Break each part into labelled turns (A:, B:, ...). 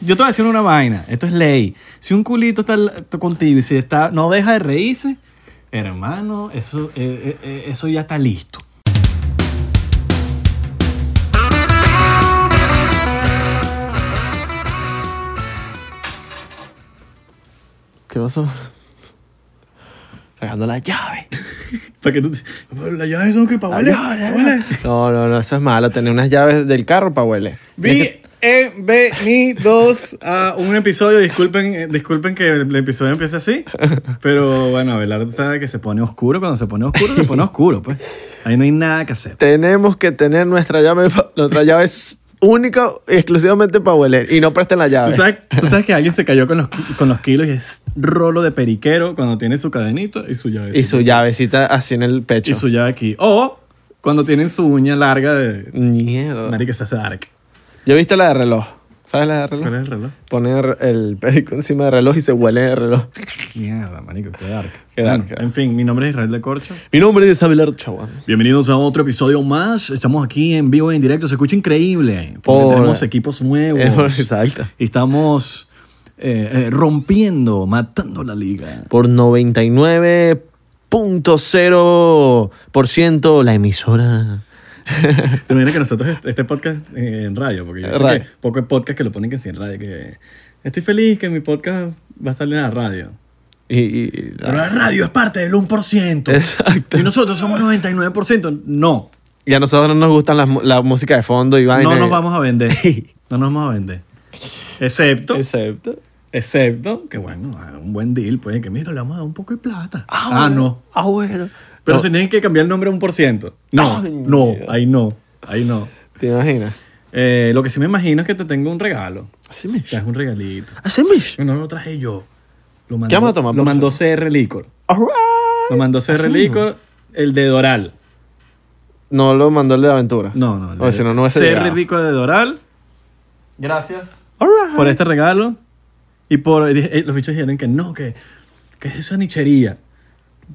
A: Yo te voy a decir una vaina. Esto es ley. Si un culito está al- contigo y si está, no deja de reírse, hermano, eso, eh, eh, eh, eso ya está listo.
B: ¿Qué pasó? Sacando la llave.
A: Para que tú Las llaves son que para
B: No, no, no, eso es malo. Tener unas llaves del carro para huele.
A: Bienvenidos a un episodio. Disculpen, eh, disculpen que el, el episodio empiece así, pero bueno, Abelardo sabe que se pone oscuro. Cuando se pone oscuro, se pone oscuro, pues. Ahí no hay nada que hacer.
B: Tenemos que tener nuestra llave, pa- nuestra llave es única y exclusivamente para hueler. Y no presten la
A: ¿Tú
B: llave.
A: sabes, tú sabes que alguien se cayó con los, ki- con los kilos y es rolo de periquero cuando tiene su cadenito y su llave.
B: Y su llavecita así en el pecho.
A: y su llave aquí. O cuando tienen su uña larga de.
B: Mierda.
A: Nariz que se hace dark.
B: Yo he visto la de reloj. ¿Sabes la de
A: ¿Cuál
B: reloj?
A: es el reloj?
B: Poner el perico encima del reloj y se huele el reloj.
A: Mierda, marico, qué dark.
B: Qué dark,
A: Bueno,
B: qué dark.
A: En fin, mi nombre es Israel de Corcho.
B: Mi nombre es Abelardo Chaguán.
A: Bienvenidos a otro episodio más. Estamos aquí en vivo y en directo. Se escucha increíble. Porque
B: Por-
A: tenemos equipos nuevos.
B: Exacto.
A: Y estamos eh, eh, rompiendo, matando la liga.
B: Por 99.0% la emisora.
A: Te imaginas que nosotros est- este podcast eh, en radio, porque yo sé
B: Radio.
A: que poco podcast que lo ponen que sí en radio, que estoy feliz que mi podcast va a estar en la radio.
B: Y, y-
A: Pero la radio es parte del 1%.
B: Exacto.
A: Y nosotros somos 99%. No,
B: y a nosotros no nos gustan las mu- la, música de fondo y vaina.
A: no nos vamos a vender. No nos vamos a vender. Excepto,
B: Excepto.
A: excepto que bueno, un buen deal, pues que mira, le vamos a dar un poco de plata. Ah, no.
B: Ah, bueno.
A: Pero
B: No,
A: se tienen que cambiar el nombre a un por ciento. No,
B: Ay,
A: no,
B: Dios.
A: ahí no, ahí no.
B: ¿Te imaginas?
A: Eh, lo que sí me imagino es que te tengo un regalo.
B: Así me.
A: Te es un regalito.
B: Así me.
A: No, no lo traje yo. Lo mandó,
B: ¿Qué vamos a tomar,
A: Lo
B: por Ah,
A: mandó CR Licor. Lo mandó CR Licor, el de Doral.
B: No lo mandó el de aventura.
A: No, no. el
B: O
A: de-
B: si no, no hubiese
A: CR
B: llegado.
A: Licor de Doral. Gracias.
B: All right.
A: Por este regalo. Y por. eh, Los bichos dijeron que no, que, que es esa nichería.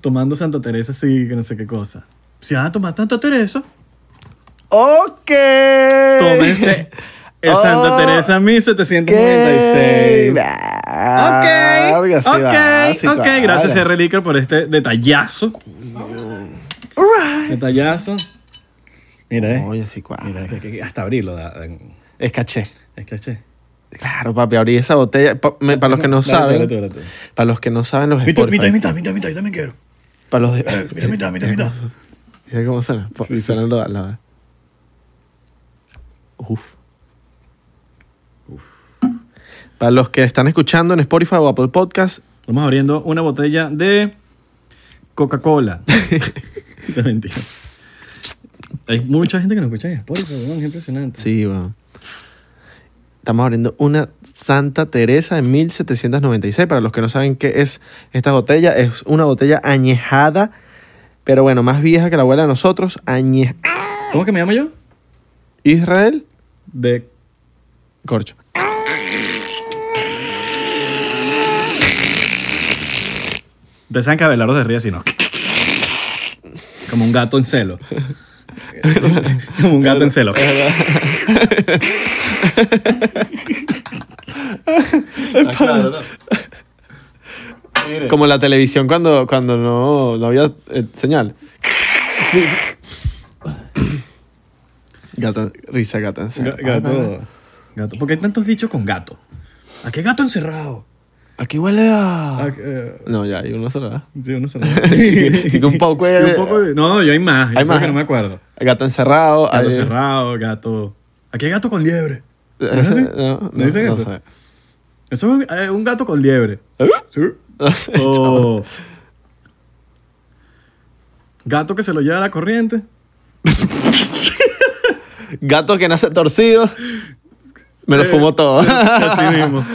A: Tomando Santa Teresa, sí, que no sé qué cosa. Si van a tomar Santa Teresa,
B: Ok.
A: tómense el
B: Oh,
A: Santa Teresa 1796.
B: Ok.
A: Ok, ok,
B: Así Ah, va, así
A: ok.
B: va.
A: Gracias, R. Licker, por este detallazo.
B: All right.
A: Detallazo. Mira, eh.
B: Oye, sí, cuál.
A: Mira, que- que- hasta abrirlo. da- da-
B: Es caché.
A: Es que, che.
B: Claro, papi, abrí esa botella. Pa- me- para los que no
A: Dale, dale
B: saben,
A: tú, dale tú.
B: para los que no saben los Spotify,
A: mitad, mitad, mitad, yo también quiero.
B: para los de-
A: Eh, Mira, mitad, mitad, mitad.
B: Mira cómo suena. Po-
A: Sí, sí.
B: suena la- la- Uf. Para los que están escuchando en Spotify o Apple Podcast,
A: Estamos abriendo una botella de Coca-Cola. La mentira. Hay mucha gente que nos escucha en Spotify, weón, es impresionante.
B: sí, bueno. Estamos abriendo una Santa Teresa de 1796. Para los que no saben qué es esta botella, es una botella añejada, pero bueno, más vieja que la abuela de nosotros. Añe...
A: ¿Cómo que me llamo yo?
B: Israel
A: De
B: Corcho.
A: Ustedes saben que Abelardo se ríe así, ¿no? Como un gato en celo. Como un gato en celo.
B: Ah, Como la televisión cuando, cuando no, no había eh, señal. Gata, risa gata. en serio.
A: Ga- Gato. Gato. ¿Por qué hay tantos dichos con gato? ¿A qué gato encerrado?
B: Aquí huele a...
A: ¿A qué-
B: No, ya, hay uno solo. ¿eh?
A: Sí, uno se
B: Y que un poco de-
A: Y un poco de- No, yo hay más. Hay
B: Hay
A: más.
B: más.
A: que no me acuerdo.
B: Gato encerrado.
A: Gato
B: hay-
A: cerrado, gato. Aquí hay gato con liebre. ¿No es
B: Ese-
A: así?
B: Eh, No,
A: ¿No
B: no,
A: dicen
B: no
A: eso?
B: sé. ¿Eh?
A: Eso es un, eh, un gato con liebre. Sí.
B: No sé, chavo.
A: O. Gato que se lo lleva a la corriente.
B: Gato que nace torcido. Me lo
A: Eh,
B: fumo todo.
A: Así mismo.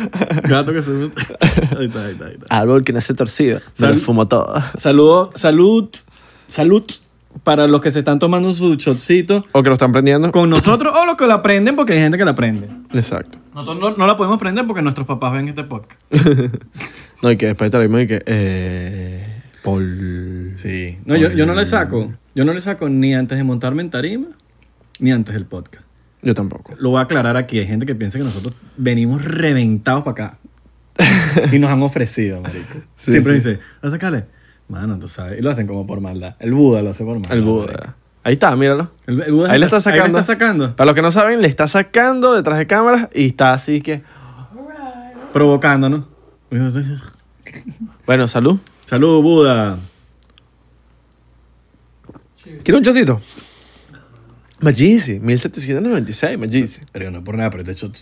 A: Gato que se. ahí está, ahí está, ahí está.
B: Árbol que nace torcido. Me
A: Sal-
B: lo fumo todo.
A: Saludo, salud, salud para los que se están tomando su shotcito
B: O que lo están prendiendo.
A: con nosotros o los que la aprenden porque hay gente que la aprende.
B: Exacto.
A: Nosotros no, no la podemos aprender porque nuestros papás ven este podcast.
B: No, y que después te lo mismo y que. Eh, Paul.
A: Sí. No, yo, yo no le saco. Yo no le saco ni antes de montarme en tarima ni antes del podcast.
B: Yo tampoco.
A: Lo voy a aclarar aquí. Hay gente que piensa que nosotros venimos reventados para acá. y nos han ofrecido, marico.
B: Sí,
A: Siempre
B: sí.
A: dice, ¿vas a sacarle? Mano, tú sabes. Y lo hacen como por maldad. El Buda lo hace por maldad.
B: El
A: marico.
B: Buda. Ahí está, míralo.
A: El, el Buda
B: Ahí le está sacando.
A: Ahí le está sacando.
B: Para los que no saben, le está sacando detrás de cámaras y está así que.
A: Provocándonos.
B: Bueno, salud.
A: Salud, Buda.
B: ¿Quieres un chocito? Magisi, 1796, Magisi.
A: Pero no es por nada, pero este shot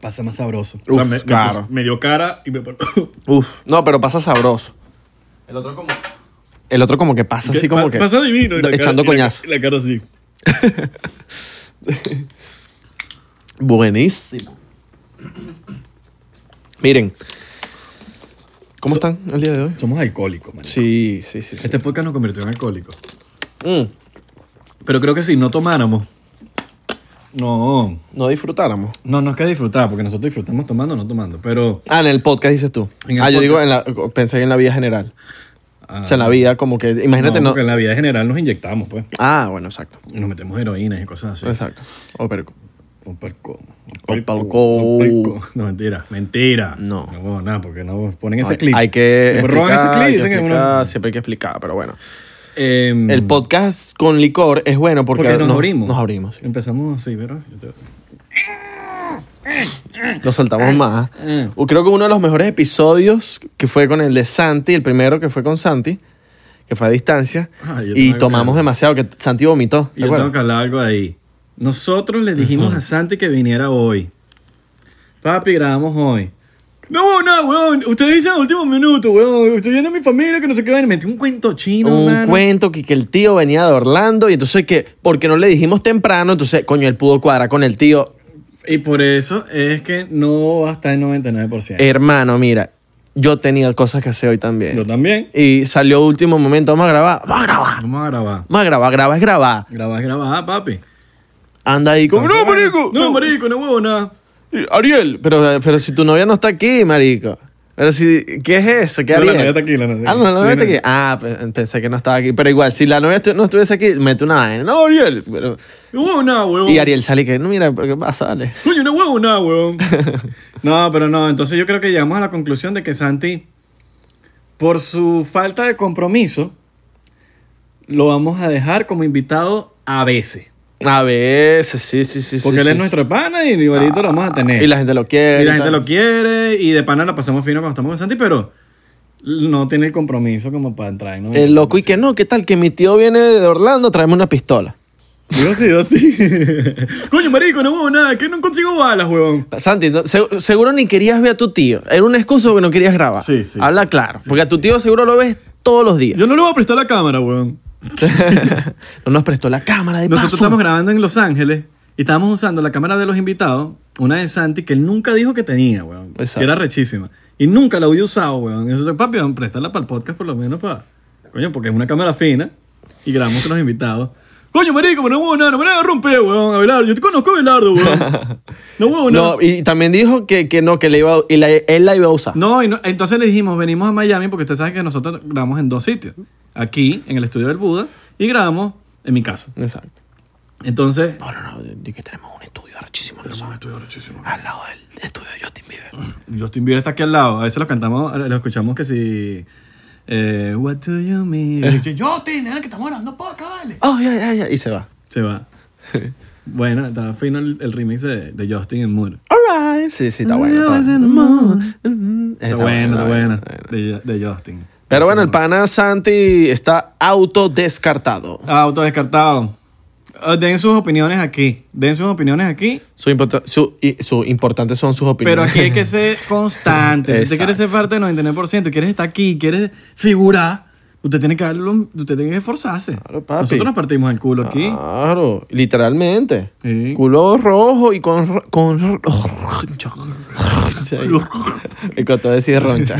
A: pasa más sabroso.
B: Uf,
A: me, me
B: claro.
A: puso- me dio cara y me...
B: Uf, no, pero pasa sabroso. El otro como. El otro como que pasa así como
A: Pa-
B: que.
A: Pasa divino. y la cara-
B: Echando
A: y la-
B: coñazo.
A: y La, cara así.
B: Buenísimo. Miren. ¿Cómo están el día de hoy?
A: Somos alcohólicos, man.
B: Sí, sí, sí. sí.
A: Este podcast nos convirtió en alcohólicos.
B: Mm,
A: Pero creo que si no tomáramos... No,
B: no disfrutáramos.
A: no, no es que disfrutar, porque nosotros disfrutamos tomando o no tomando, pero...
B: Ah, en el podcast dices tú.
A: En el
B: ah, yo
A: podcast.
B: digo, en la, pensé en la vida general.
A: ah,
B: O sea, en la vida como que, imagínate,
A: no,
B: no.
A: porque en la vida general nos inyectamos, pues.
B: Ah, bueno, exacto.
A: Y nos metemos heroínas y cosas así.
B: Exacto. Oh, O perco.
A: Un palco. Un
B: Un
A: palco,
B: palco.
A: un palco. No, mentira. Mentira.
B: No.
A: No, bueno, nada, porque no ponen ese
B: hay,
A: clip.
B: hay que
A: Te roban ese
B: explicar,
A: clip.
B: hay que
A: dicen que
B: explicar,
A: uno-
B: siempre hay que explicar, pero bueno.
A: Em,
B: El podcast con licor es bueno porque,
A: porque nos abrimos.
B: Nos abrimos. sí.
A: Empezamos así, ¿verdad? Yo te-
B: Nos soltamos más.
A: Eh.
B: O Creo que uno de los mejores episodios que fue con el de Santi, el primero que fue con Santi, que fue a distancia,
A: Ah, yo
B: y
A: tengo
B: tomamos
A: que-
B: demasiado, que Santi vomitó.
A: Y
B: ¿te
A: yo
B: acuerdas?
A: tengo que hablar algo de ahí. Nosotros le dijimos a Santi que viniera hoy. Papi, grabamos hoy. No, no, weón. Ustedes dicen al último minuto, weón. Estoy viendo a mi familia que no sé qué. Me metí un cuento chino,
B: un
A: mano.
B: cuento que, que el tío venía de Orlando y entonces que porque no le dijimos temprano, entonces coño él pudo cuadrar con el tío.
A: Y por eso es que no va a estar en 99%.
B: Hermano, mira, yo tenía cosas que hacer hoy también.
A: Yo también.
B: Y salió último momento, vamos a grabar, vamos a grabar,
A: Vamos a grabar.
B: vamos a grabar, grabar es grabar.
A: Grabar, grabar, papi.
B: Anda ahí como, no,
A: Entonces,
B: marico,
A: No, marico, no huevo nada.
B: Y Ariel, pero, pero si tu novia no está aquí, marico. Pero si, ¿qué es eso? ¿Qué
A: No, la
B: Ariel?
A: novia está aquí, la novia está
B: Ah, no, la
A: aquí. Sí,
B: novia está aquí.
A: no.
B: Ah, pe- pensé que no estaba aquí. Pero igual, si la novia estu- no estuviese aquí, mete una vaina. No, Ariel. pero-
A: No huevo nada, huevón.
B: y Ariel sale y que, no, mira, ¿qué pasa? Dale.
A: Coño, no huevo nada, huevón. no, pero no. Entonces yo creo que llegamos a la conclusión de que Santi, por su falta de compromiso, lo vamos a dejar como invitado a veces.
B: A veces, sí, sí, sí. sí,
A: Porque él
B: sí,
A: es
B: sí. Ah,
A: nuestro pana y igualito lo vamos a tener.
B: Y la gente lo quiere.
A: Y la gente
B: tal.
A: lo quiere y de pana la pasamos fino cuando estamos con Santi, pero no tiene el compromiso como para entrar. en
B: El loco y que no, ¿qué tal? Que mi tío viene de Orlando, tráeme una pistola.
A: Yo sí, yo sí. Coño, marico, no huevo nada. Que no consigo balas, huevón.
B: Santi, no- se- seguro ni querías ver a tu tío. Era un excusa porque no querías grabar.
A: Sí, sí,
B: Habla claro. porque a tu tío seguro lo ves todos los días.
A: Yo no le voy a prestar la cámara, huevón.
B: no nos prestó la cámara de
A: Nosotros
B: paso.
A: estamos grabando en Los Ángeles y estábamos usando la cámara de los invitados, una de Santi, que él nunca dijo que tenía, weón.
B: Exacto.
A: Que era rechísima. Y nunca la había usado, weón. Y nosotros, papi, vamos a prestarla para el podcast por lo menos para... Coño, porque es una cámara fina y grabamos con los invitados. Coño, marico, pero no huevo nada, no me la romper, weón, Abelardo. Yo te conozco a Abelardo, weón. No huevo nada.
B: No, y también dijo que, que no, que le iba a- y la- él la iba a usar.
A: No, y no- entonces le dijimos, venimos a Miami porque usted sabe que nosotros grabamos en dos sitios. Aquí, en el estudio del Buda, y grabamos en mi casa.
B: Exacto.
A: Entonces...
B: No, no, no, di que tenemos un estudio arrechísimo. en Los Ángeles, Al lado del estudio de Justin Bieber.
A: Justin Bieber está aquí al lado. A veces lo cantamos, lo escuchamos que si... eh, What do you mean? Y
B: Eh.
A: dice, Justin, era que estamos grabando acá, vale.
B: Oh, ya, ya, ya. Y se va.
A: Se va. bueno, estaba fino el, el remix de, de Justin en Mood.
B: Alright. Sí, sí, está bueno. Está
A: Always in the
B: bueno,
A: mood.
B: Mm,
A: Está bueno, está bueno. De, de Justin.
B: Pero bueno, el pana Santi está autodescartado.
A: Auto descartado. Ah, Den sus opiniones aquí. Den sus opiniones aquí.
B: Su, import- su, y- su importantes son sus opiniones.
A: Pero aquí hay que ser constante. si usted
B: Exacto.
A: quiere ser parte del 99%, quieres estar aquí, quieres figurar, usted tiene que, darlo- usted tiene que esforzarse.
B: Claro, papi. Ah.
A: Nosotros nos partimos el culo aquí.
B: Claro, literalmente.
A: Sí.
B: Culo rojo y con... ro- con ro- Y cuando decís roncha.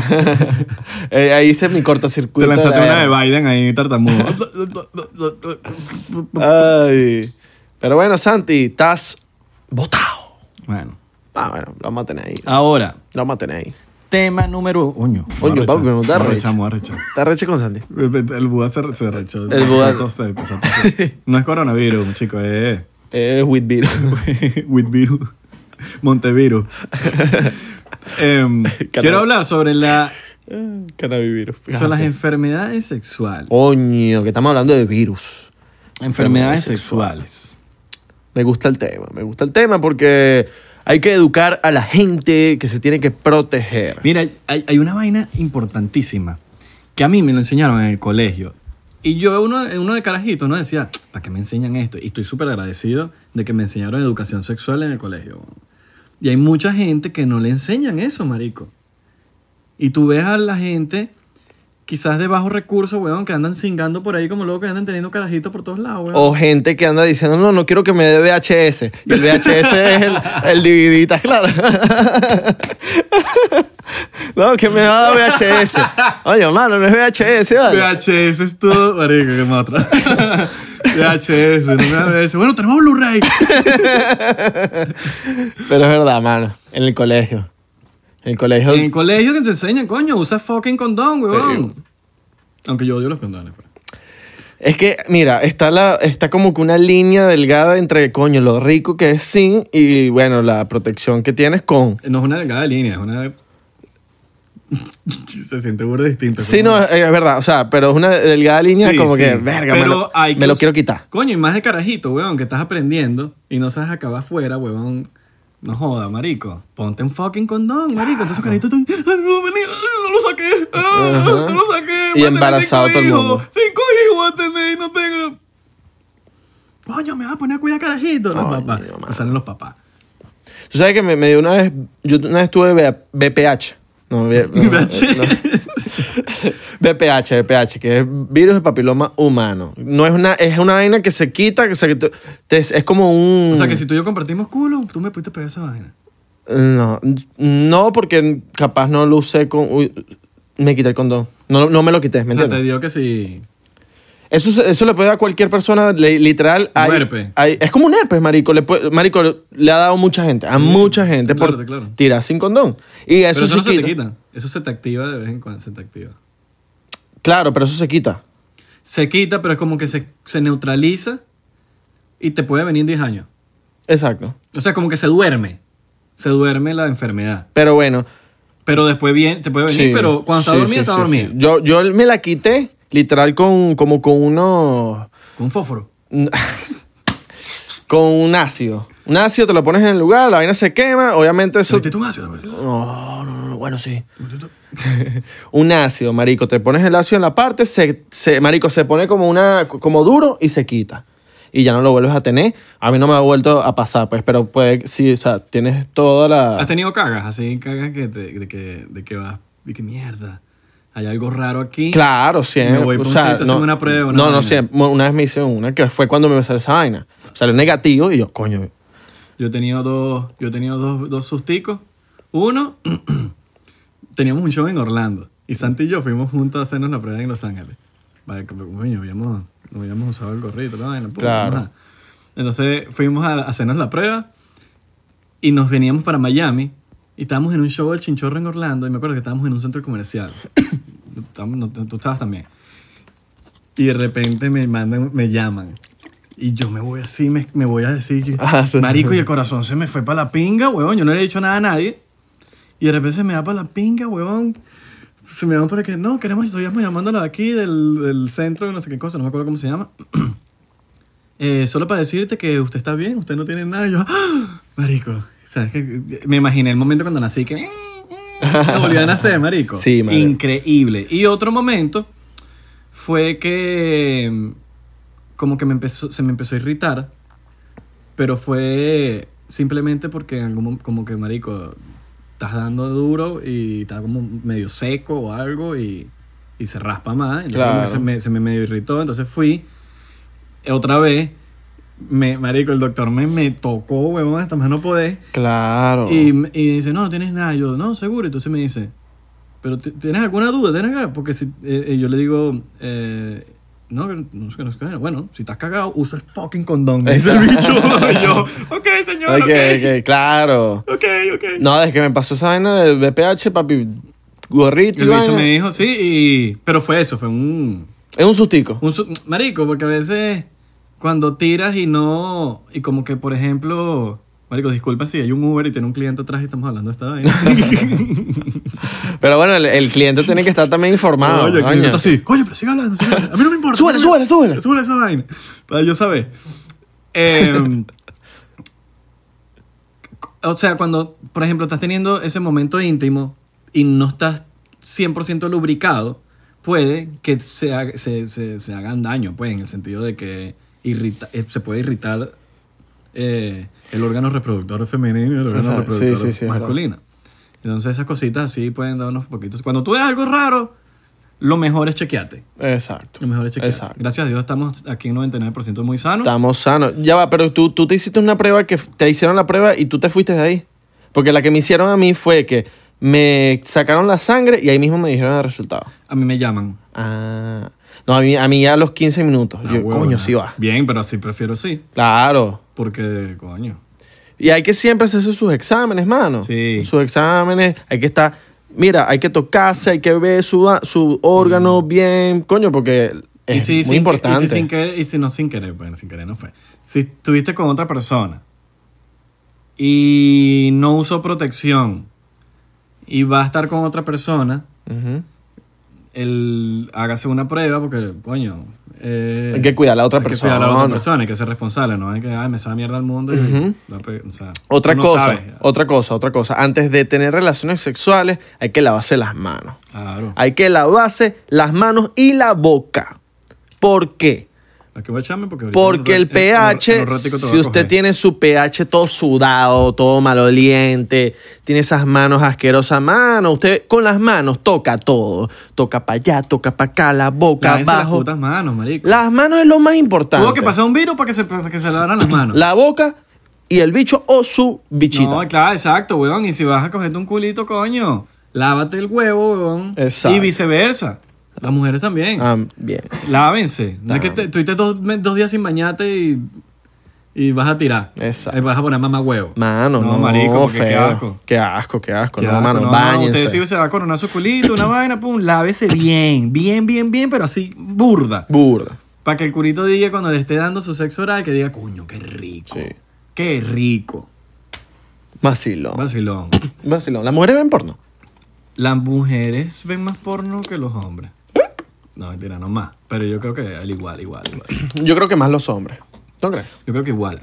B: Eh, ahí hice mi
A: Te
B: cortocircuito.
A: lanzaste
B: de-
A: una de Biden ahí, tartamudo.
B: Ay. Pero bueno, Santi, estás botado.
A: bueno,
B: Ah, bueno, lo vamos a tener ahí.
A: ahora,
B: Lo vamos a tener ahí.
A: tema número uno.
B: Oño, papi, pero no te arreches.
A: Arrechamos, arrechamos.
B: ¿Estás reche con Santi?
A: El Buda se, se arrechó.
B: El
A: Empezó
B: Buda-
A: a toser, empezó a toser. No es coronavirus, chico, eh.
B: Es with beer.
A: Whitvirus. Montevirus. Em, quiero hablar sobre la,
B: Eh, Cannabivirus.
A: sobre las enfermedades sexuales.
B: Coño, que estamos hablando de virus.
A: Enfermedades sexuales.
B: Me gusta el tema, me gusta el tema porque hay que educar a la gente que se tiene que proteger.
A: Mira, hay, hay una vaina importantísima que a mí me lo enseñaron en el colegio. Y yo, uno, uno de carajito, no decía, ¿para qué me enseñan esto? Y estoy súper agradecido de que me enseñaron educación sexual en el colegio. Y hay mucha gente que no le enseñan eso, marico. Y tú ves a la gente, quizás de bajos recursos, weón, que andan cingando por ahí como locos, que andan teniendo carajitos por todos lados, weón.
B: O gente que anda diciendo, no, no quiero que me dé VHS. Y el VHS es el, el DVD, ¿estás claro? no, que me va a dar VHS. Oye, mano, no es VHS, ¿vale?
A: VHS es todo, marico, que me otra. VHS, no me VHS. Bueno, tenemos Blu-ray.
B: Pero es verdad, mano. En el colegio. En el colegio.
A: En el colegio que te enseñan, coño, usa fucking condón, weón. Aunque yo odio los condones. pues. pero-
B: Es que, mira, está, la, está como que una línea delgada entre, coño, lo rico que es sin y, bueno, la protección que tienes con.
A: No es una delgada línea, es una... Se siente burda distinta.
B: Sí,
A: como-
B: no, eh, es verdad, o sea, pero es una delgada línea
A: Sí,
B: como
A: sí.
B: que, verga, me
A: Pero
B: lo,
A: hay que
B: me lo
A: us-
B: quiero quitar.
A: Coño, y más de carajito, weón, que estás aprendiendo y no sabes acabar afuera, weón. No joda, marico. Ponte un fucking condón, marico. Entonces, carajito, tú, "Ay, no, vení, ay, no lo saqué, ah,
B: Ajá.
A: no lo saqué. voy
B: Y
A: a tener
B: embarazado
A: cinco
B: todo el
A: hijos,
B: mundo.
A: Cinco hijos voy a tener y no tengo. Coño, me vas a poner a cuidar carajito. Los
B: Coño,
A: papás.
B: mamá.
A: Pues salen los papás.
B: Tú sabes que me, me dio una vez, yo una vez tuve B- BPH. No, B- no, no. BPH, BPH, que es virus de papiloma humano. No es una, es una vaina que se quita, que, se- que tú- te- es como un...
A: o sea, que si tú y yo compartimos culo, tú me pudiste pegar esa vaina.
B: No, no porque capaz no lo usé con... uy, me quité el condón. No, no me lo quité, ¿me
A: o sea, te
B: entiendes?
A: dio que si...
B: Eso, se- eso le puede dar a cualquier persona, le- literal. hay-
A: herpes.
B: hay- es como un herpes, marico. Le, puede- marico, le ha dado mucha gente, a mucha gente
A: Mm. claro,
B: por
A: claro.
B: tirar sin condón. Y eso,
A: Pero eso
B: se
A: no se te
B: quita.
A: quita. Eso se te activa de vez en cuando, se te activa.
B: Claro, pero eso se quita.
A: se quita, pero es como que se, se neutraliza y te puede venir en 10 años.
B: Exacto.
A: O sea, como que se duerme. Se duerme la enfermedad.
B: Pero bueno.
A: Pero después bien, te puede venir,
B: sí,
A: pero cuando está
B: sí,
A: dormida,
B: sí,
A: está
B: sí,
A: dormida.
B: sí. Yo, yo me la quité, literal, con, como con unos.
A: Con un fósforo.
B: con un ácido. Un ácido te lo pones en el lugar, la vaina se quema, obviamente eso.
A: Metiste un ácido, pues. marico.
B: No, no, no, bueno, sí. un ácido, marico. Te pones el ácido en la parte, se, se- marico, se pone como, una, como duro y se quita. Y ya no lo vuelves a tener. A mí no me ha vuelto a pasar, pues, pero puede, sí, o sea, tienes toda
A: ¿Has
B: la...
A: tenido cagas? Así cagas que te- de, que, de que vas. De que mierda. Hay algo raro aquí.
B: Claro, siempre.
A: Me voy
B: o
A: por un
B: sea,
A: sitio, hazme una prueba, una
B: no, no,
A: vaina.
B: siempre. Una vez me hice una que fue cuando me salió esa vaina. Salió negativo y yo, coño,
A: Yo he tenido dos, yo he tenido dos, dos susticos. Uno, teníamos un show en Orlando. Y Santi y yo fuimos juntos a hacernos la prueba en Los Ángeles. Vale, como coño, habíamos, no habíamos usado el gorrito, la vaina, pum,
B: Claro.
A: ajá. Entonces fuimos a, a hacernos la prueba y nos veníamos para Miami. Y estábamos en un show del Chinchorro en Orlando. Y me acuerdo que estábamos en un centro comercial. Estábamos- no, tú estabas también. Y de repente me mandan, me llaman. Y yo me voy así, me, me voy a decir, que-
B: Ah, sí.
A: marico, y el corazón se me fue para la pinga, huevón. Yo no le he dicho nada a nadie. Y de repente se me da para la pinga, huevón. Se me da para que, no, queremos, estuvimos llamándola de aquí, del, del centro, de no sé qué cosa, no me acuerdo cómo se llama. Eh, solo para decirte que usted está bien, usted no tiene nada. Y yo, ¡Ah! marico, ¿sabes qué? Me imaginé el momento cuando nací que... "Eh, eh", Volví a nacer, marico.
B: Sí, madre.
A: Increíble. Y otro momento fue que mm, como que me empezó, se me empezó a irritar, pero fue simplemente porque en algún mom- como que marico estás dando duro y está como medio seco o algo y, y se raspa más, entonces como que
B: Claro.
A: se me, se me medio irritó, entonces fui eh, otra vez me, marico, el doctor me, me tocó, huevón, hasta más no podés.
B: claro.
A: Y, me- y dice, no, no tienes nada. Yo, no, seguro. Entonces me dice, pero te- ¿tienes alguna duda? ¿Tienes algo?" Porque si, eh, eh, yo le digo, eh, no, que no sé qué, no sé qué. Bueno, si estás cagado, usa el fucking condón. me Dice el bicho. Y yo, ok, señor,
B: Ok,
A: ok.
B: ok, claro.
A: Ok, ok.
B: No, desde que me pasó esa vaina del BPH, papi, gorrito
A: Y
B: y
A: el bicho
B: vaina.
A: me dijo, sí, y... pero fue eso, fue un...
B: Es un sustico.
A: Un su- marico, porque a veces cuando tiras y no. Y como que, por ejemplo. Marico, disculpa si hay un Uber y tiene un cliente atrás y estamos hablando de esta vaina.
B: Pero bueno, el, el cliente tiene que estar también informado.
A: Oye, el
B: coño.
A: cliente está así. Coño, pero sigue hablando, sigue hablando. A mí no me importa.
B: Súbele, súbele, súbele.
A: Súbele esa vaina. Para yo saber. Eh, o sea, cuando, por ejemplo, estás teniendo ese momento íntimo y no estás 100% lubricado, puede que se, ha- se, se- se hagan daño, pues, en el sentido de que irrita- eh, se puede irritar eh, el órgano reproductor femenino y el órgano
B: Exacto. Sí,
A: reproductor
B: sí, sí, está.
A: masculino. Entonces esas cositas así pueden dar unos poquitos. Cuando tú ves algo raro, lo mejor es chequearte.
B: Exacto.
A: Lo mejor es chequearte.
B: Exacto.
A: Gracias a Dios estamos aquí en 99% muy sanos.
B: Estamos sanos. Ya va, pero tú, tú te hiciste una prueba que f- te hicieron la prueba y tú te fuiste de ahí. Porque la que me hicieron a mí fue que me sacaron la sangre y ahí mismo me dijeron el resultado.
A: A mí me llaman.
B: Ah. No, a mí, a mí ya a los 15 minutos.
A: Ah,
B: yo,
A: huevona.
B: coño, sí va.
A: Bien, pero así prefiero sí.
B: Claro.
A: Porque, coño.
B: Y hay que siempre hacerse sus exámenes, mano.
A: Sí.
B: Sus exámenes, hay que estar. Mira, hay que tocarse, hay que ver su, su órgano bien, coño, porque es
A: si
B: muy
A: sin-
B: importante.
A: Y si, sin querer, y si no sin querer, bueno, sin querer no fue. Si estuviste con otra persona y no usó protección y va a estar con otra persona,
B: Ujú.
A: el, hágase una prueba porque, coño. eh,
B: Hay que cuidar a la otra
A: hay que cuidar a la otra
B: persona.
A: persona, hay que ser responsable, no hay que, ay, me sabe mierda al mundo. y
B: Ujú.
A: la pe- o sea,
B: Otra
A: uno
B: cosa,
A: sabe.
B: otra cosa, otra cosa. Antes de tener relaciones sexuales, hay que lavarse las manos.
A: Claro.
B: Hay que lavarse las manos y la boca. ¿Por qué?
A: Aquí voy a echarme porque, ahorita
B: Porque
A: en
B: el
A: un ra- en- en un
B: pH,
A: ratico te voy a
B: si usted
A: coger.
B: tiene su pH todo sudado, todo maloliente, tiene esas manos asquerosas, mano, usted con las manos toca todo. Toca para allá, toca para acá, la boca,
A: Lávense las
B: abajo.
A: putas manos, marico.
B: Las manos es lo más importante.
A: Tuvo que pasar un virus para que se, para que se lavaran las manos.
B: La boca y el bicho o su bichita.
A: No, claro, exacto, weón. Y si vas a cogerte un culito, coño, lávate el huevo, weón.
B: Exacto.
A: Y viceversa. Las mujeres también.
B: Ah, bien.
A: Lávense. No es que
B: Ah.
A: te- estuviste dos, me- dos días sin bañarte y, y vas a tirar.
B: Exacto.
A: Eh, Vas a poner mamá huevo.
B: Mano, no,
A: marico, porque qué
B: feo.
A: asco.
B: Qué asco, qué asco.
A: Qué
B: no,
A: asco.
B: mano,
A: usted
B: báñense.
A: sí se va a coronar su culito, una vaina, pum, lávese bien, bien, bien, bien, pero así burda.
B: Burda.
A: Para que el culito diga cuando le esté dando su sexo oral, que diga, coño, qué rico.
B: Sí.
A: Qué rico.
B: Vacilón.
A: Vacilón.
B: Vacilón. Las mujeres ven porno.
A: Las mujeres ven más porno que los hombres. No, mentira, no más. Pero yo creo que al igual, igual, igual.
B: Yo creo que más los hombres. ¿No crees?
A: Yo creo que igual.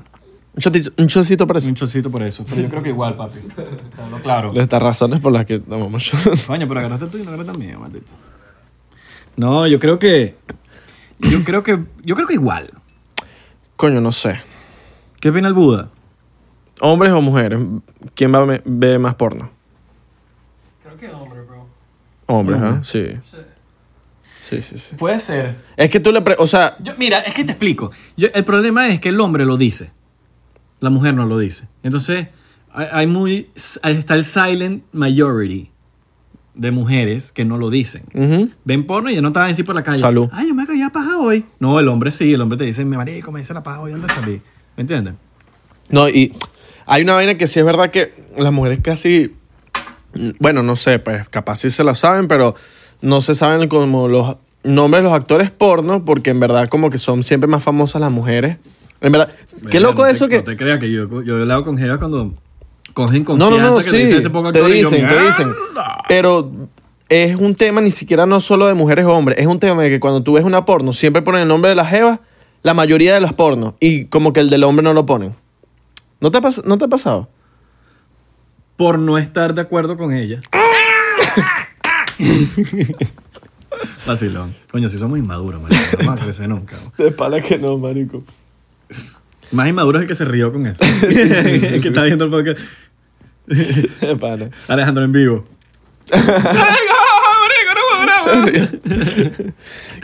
B: Un chotito, un chocito para eso.
A: Un chocito por eso. Pero yo creo que igual, papi. Te hablo claro.
B: Estas razones por las que tomamos shot.
A: Coño, pero agarraste tú y no agarraste mío, maldito. No, yo creo que. Yo creo que. Yo creo que igual.
B: Coño, no sé.
A: ¿Qué opina el Buda?
B: ¿Hombres o mujeres? ¿Quién va a me- ve más porno?
C: Creo que hombre, bro.
B: Hombres, ¿ah?
A: Hombre.
B: Sí.
C: Sí.
B: Sí, sí, sí.
A: Puede ser.
B: Es que tú le... pre- o sea,
A: Yo- mira, es que te explico. Yo- el problema es que el hombre lo dice. La mujer no lo dice. Entonces, hay, hay muy, está el silent majority de mujeres que no lo dicen.
B: ujú.
A: Ven porno y ya no te van a decir por la calle.
B: Salud.
A: Ay, yo me caí a paja hoy. No, el hombre sí. El hombre te dice, mi marico, me dice la paja hoy, ¿dónde salí? ¿Me entiendes?
B: No, y hay una vaina que sí es verdad que las mujeres casi, bueno, no sé, pues capaz sí se la saben, pero no se saben como los nombres de los actores porno, porque en verdad como que son siempre más famosas las mujeres. En verdad, qué
A: Mira,
B: loco
A: no te-
B: eso que...
A: No te creas que yo, yo he hablado con Jeva cuando cogen
B: No,
A: confianza.
B: no, no,
A: que te
B: sí,
A: dicen, "Ese poco
B: te
A: actor", y yo,
B: dicen, te dicen.
A: "Mierda".
B: Pero es un tema ni siquiera no solo de mujeres o hombres, es un tema de que cuando tú ves una porno siempre ponen el nombre de la jeva, la mayoría de las pornos, y como que el del hombre no lo ponen. ¿No te ha, pas- no te ha pasado?
A: por no estar de acuerdo con ella. Vacilón. Coño, si somos inmaduros, marico. No vamos a crecer nunca.
B: De pala que no, marico.
A: Más inmaduro es el que se rió con eso. el que está viendo el podcast.
B: De pala.
A: Alejandro en vivo.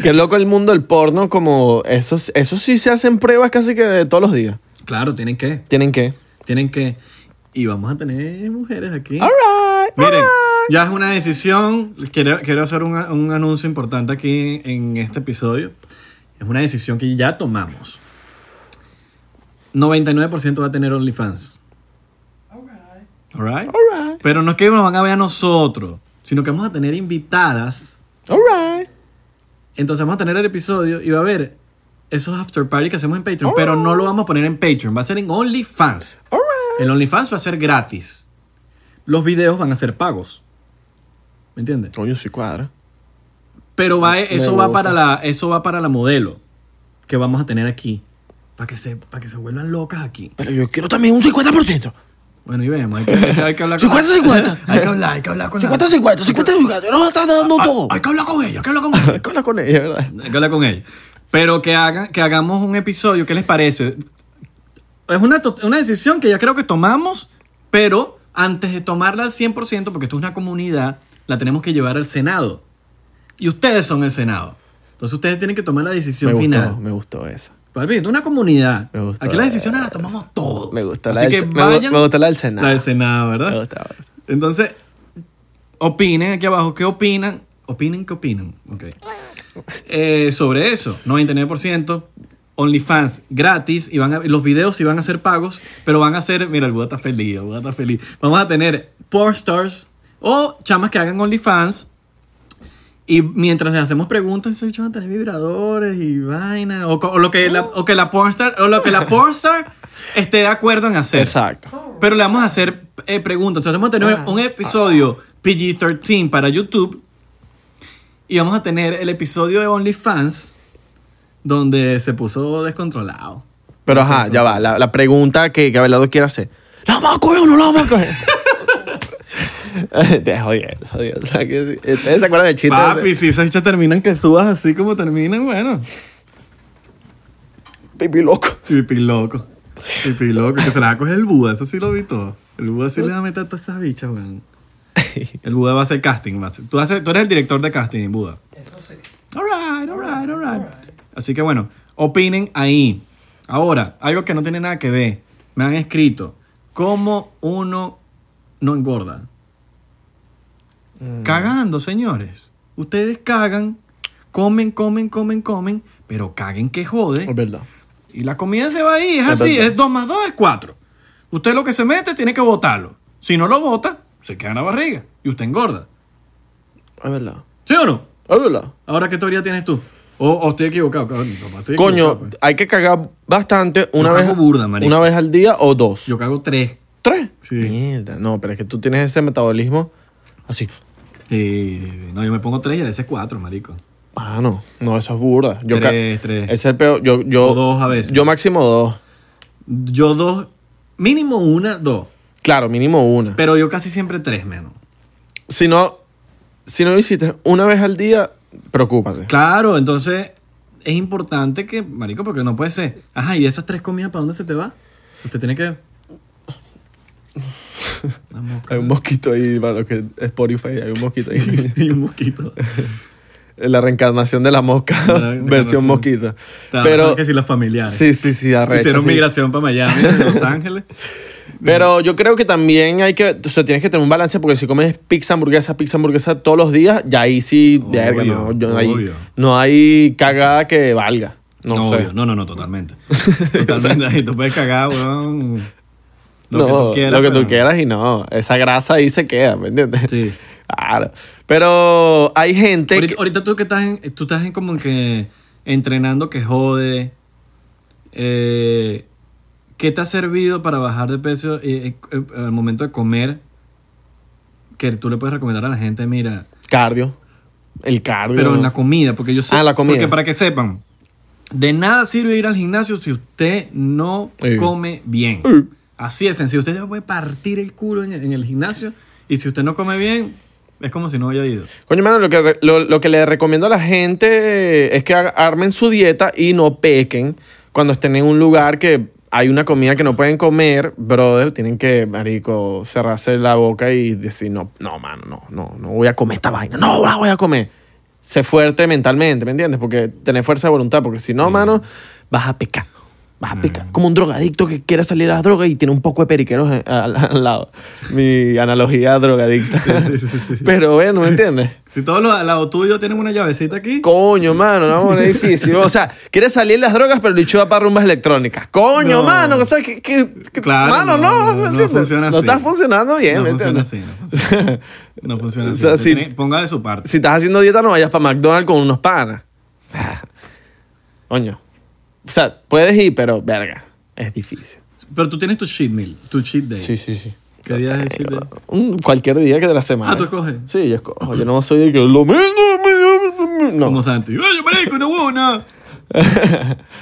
B: Qué loco el mundo del porno, como eso, eso sí se hacen pruebas casi que de todos los días.
A: Claro, tienen que.
B: Tienen que.
A: Tienen que. Y vamos a tener mujeres aquí.
B: All right, all
A: Miren,
B: right.
A: ya es una decisión. Quiero, quiero hacer un, un anuncio importante aquí en este episodio. Es una decisión que ya tomamos. 99% va a tener OnlyFans.
C: Alright.
A: ¿Alright?
B: All right,
A: Pero no es que nos van a ver a nosotros, sino que vamos a tener invitadas.
B: all right.
A: Entonces vamos a tener el episodio y va a haber esos after party que hacemos en Patreon, pero no lo vamos a poner en Patreon, va a ser en OnlyFans. El OnlyFans va a ser gratis. Los videos van a ser pagos. ¿Me entiendes?
B: Coño, sí cuadra.
A: Pero va, eso, va
B: gusta.
A: para la, eso va para la modelo que vamos a tener aquí. Para que, se, para que se vuelvan locas aquí.
B: Pero yo quiero también un 50%.
A: Bueno, y vemos. Hay que, hay que hablar con
B: 50-50.
A: Hay que hablar, hay que hablar con la-
B: 50-50, 50-50. No está dando
A: Hay-
B: todo.
A: Hay que hablar con ella, hay que hablar con ella.
B: Habla Ah, con ella, ¿verdad?
A: Hay que hablar con ella. Pero que, haga, que hagamos un episodio, ¿qué les parece? Es una, to- una decisión que ya creo que tomamos, pero antes de tomarla al 100%, porque esto es una comunidad, la tenemos que llevar al Senado. Y ustedes son el Senado. Entonces ustedes tienen que tomar la decisión
B: Me
A: final.
B: gustó, me gustó esa.
A: Papi, esto es una comunidad.
B: Me gustó.
A: Aquí las decisiones las tomamos todos.
B: Me gustó la
A: Así
B: del-
A: que
B: me gu-
A: vayan-
B: me gustó la del Senado.
A: La del Senado, ¿verdad?
B: Me gustó.
A: Entonces, opinen aquí abajo qué opinan. Opinen qué opinan. Ok. Eh, sobre eso, 99%. OnlyFans gratis y van a- los videos sí van a ser pagos, pero van a ser, mira, el Buda está feliz, el Buda está feliz. Vamos a tener porn stars o chamas que hagan OnlyFans y mientras le hacemos preguntas, soy chama tenés vibradores y vaina o, co- o lo que la, o que la pornstar o lo que la pornstar esté de acuerdo en hacer.
B: Exacto.
A: Pero le vamos a hacer eh, preguntas. Entonces vamos a tener un episodio PG-13 para YouTube. Y vamos a tener el episodio de OnlyFans donde se puso descontrolado.
B: Pero ajá, ya va. La, la pregunta que, que Abelardo quiere hacer. ¿La vamos a coger o no la vamos a coger? Te jodiendo, jodiendo. O sea, que sí. ¿Ustedes se acuerdan del chiste?
A: Papi,
B: ese?
A: si esas hechas terminan que subas así como terminan, bueno.
B: Baby loco.
A: Pipi loco. Pipi loco. Que se la va a coger el Buda. Eso sí lo vi todo. El Buda sí le va a meter a todas esas bichas, weón. El Buda va a hacer casting. va a hacer- tú, haces- tú eres el director de casting, Buda.
C: Eso sí.
A: Alright, alright, alright. Así que bueno, opinen ahí. Ahora, algo que no tiene nada que ver. Me han escrito. ¿Cómo uno no engorda? Cagando, señores. Ustedes cagan, comen, comen, comen, comen, pero caguen que
B: Es
A: jode.
B: verdad.
A: Y la comida se va ahí, es
B: Es
A: así,
B: verdad.
A: es 2 más 2 es 4. Usted lo que se mete tiene que botarlo. Si no lo bota, se queda en la barriga y usted engorda.
B: Es verdad.
A: ¿Sí o no?
B: Es verdad.
A: Ahora, ¿qué teoría tienes tú? O, o estoy equivocado, cabrón. Papá, estoy
B: Coño,
A: equivocado, pues.
B: hay que cagar bastante una
A: Yo
B: vez.
A: cago burda, marico.
B: Una vez al día o dos.
A: Yo cago tres.
B: ¿Tres?
A: Sí.
B: Mierda. No, pero es que tú tienes ese metabolismo así.
A: Eh, no, yo me pongo tres y a veces cuatro, marico.
B: Ah, no. No, eso es burda. Yo ca-
A: Tres, tres.
B: Ese es el peor. Yo, yo,
A: O dos a veces.
B: Yo máximo dos.
A: Yo dos, mínimo una, dos.
B: Claro, mínimo una.
A: Pero yo casi siempre tres menos.
B: si no, si no visitas una vez al día, preocúpate.
A: Claro, entonces es importante que, marico, porque no puede ser. Ajá, ¿y esas tres comidas para dónde se te va? Usted tiene que... Una mosca.
B: Hay un mosquito ahí, para los que Spotify, hay un mosquito ahí.
A: y un mosquito.
B: la reencarnación de la mosca,
A: La reencarnación.
B: versión mosquito.
A: Pero...
B: Pero,
A: Que si los familiares.
B: sí, sí, sí, arrecho,
A: Hicieron
B: sí.
A: migración para Miami, de Los Ángeles.
B: Pero yo creo que también hay que, o sea, tienes que tener un balance porque si comes pizza, hamburguesa, pizza, hamburguesa todos los días, ya ahí sí,
A: Obvio,
B: verga, no, yo- ahí-
A: obvio.
B: no hay cagada que valga. No,
A: No,
B: sé.
A: obvio. no, no, no, totalmente. Totalmente. Ahí tú puedes cagar, weón. Lo que
B: No,
A: tú quieras.
B: Lo que
A: pero-
B: tú quieras y no. Esa grasa ahí se queda, ¿me entiendes?
A: Sí.
B: Claro. Pero hay gente.
A: Ahorita,
B: que-
A: ahorita tú que estás en, eh, tú estás en como que entrenando que jode. eh, ¿Qué te ha servido para bajar de peso eh, eh, eh, al momento de comer? Que tú le puedes recomendar a la gente, mira.
B: Cardio. El cardio.
A: Pero en la comida, porque yo sé.
B: Ah, la comida.
A: Porque para que sepan, de nada sirve ir al gimnasio si usted no
B: Sí.
A: come bien.
B: Sí.
A: Así es sencillo. Usted se puede partir el culo en, en el gimnasio y si usted no come bien, es como si no haya ido.
B: Coño, mano, lo que, re- lo, lo que le recomiendo a la gente es que haga- armen su dieta y no pequen cuando estén en un lugar que hay una comida que no pueden comer, brother, tienen que, marico, cerrarse la boca y decir, no, no, mano, no, no, no voy a comer esta vaina, no la voy a comer. Sé fuerte mentalmente, ¿me entiendes? Porque tener fuerza de voluntad, porque si no, mano, vas a pecar. Vas a
A: Mm.
B: pecar. Ah, Como un drogadicto que quiere salir a las drogas y tiene un poco de periqueros eh, al, al lado. Mi analogía drogadicta. Pero bueno, ¿me entiendes?
A: Si todos los al lado tuyo tienen una llavecita aquí,
B: Coño, mano, no, es difícil. O sea, quiere salir las drogas, pero el bicho va para rumbas electrónicas. Coño,
A: No.
B: mano, o sea, que, que- que-
A: Claro,
B: mano,
A: no,
B: no,
A: no,
B: ¿me
A: no
B: entiendes?
A: funciona así.
B: está funcionando bien,
A: No
B: ¿me
A: funciona
B: entiendes?
A: así, no funciona. no funciona
B: O
A: así.
B: sea,
A: Usted
B: si-
A: tiene- ponga de su parte.
B: si estás haciendo dieta, no vayas para McDonald's con unos panas. O sea, coño. O sea, puedes ir, pero verga, es difícil.
A: Pero tú tienes tu cheat meal, tu cheat day.
B: Sí, sí, sí.
A: ¿Qué día es el cheat
B: Eh,
A: day?
B: un- cualquier día que de la semana.
A: Ah, ¿tú escoges?
B: Sí, yo escojo. Yo no soy de que el domingo. mi- mi- mi-
A: Como
B: No.
A: Santi. ¡Oye, marico, no hubo nada!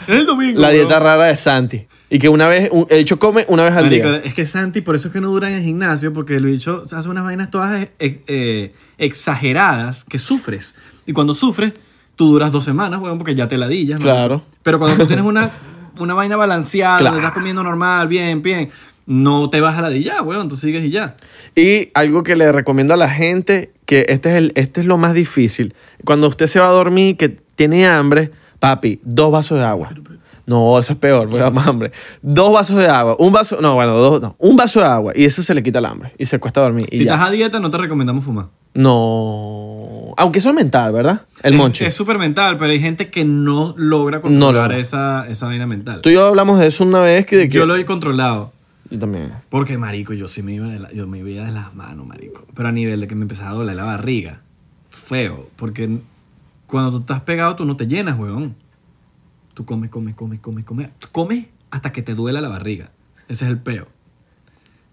A: Es el domingo.
B: La
A: weón.
B: dieta rara de Santi. Y que una vez, un- el bicho come una vez al
A: Marico,
B: día.
A: es que Santi, por eso es que no dura en el gimnasio, porque el bicho hace unas vainas todas eh, eh, exageradas que sufres. Y cuando sufres, tú duras dos semanas, weón, porque ya te ladillas. marico.
B: Claro.
A: Pero cuando tú tienes una, una vaina balanceada,
B: Claro.
A: estás comiendo normal, bien, bien, no te vas a ladillar, weón, tú sigues y ya.
B: Y algo que le recomiendo a la gente, que este es, el, este es lo más difícil. Cuando usted se va a dormir, que tiene hambre, papi, dos vasos de agua. No, eso es peor, porque da más hambre. Dos vasos de agua, un vaso, no, bueno, dos, no, un vaso de agua y eso se le quita el hambre y se cuesta dormir. Y
A: si
B: ya.
A: estás a dieta, no te recomendamos fumar.
B: No, aunque eso es mental, ¿verdad? El
A: Es-
B: monche.
A: Es súper mental, pero hay gente que no logra
B: No
A: controlar
B: logra.
A: esa, esa vaina mental.
B: Tú y yo hablamos de eso una vez que, de que-
A: Yo lo he controlado.
B: Yo también.
A: Porque, marico, yo sí me iba de, la- yo me iba de las manos, marico. Pero a nivel de que me empezaba a doler la barriga. Feo. Porque cuando tú estás pegado, tú no te llenas, weón. Tú comes, comes, comes, comes, comes. Tú comes hasta que te duela la barriga. Ese es el peo.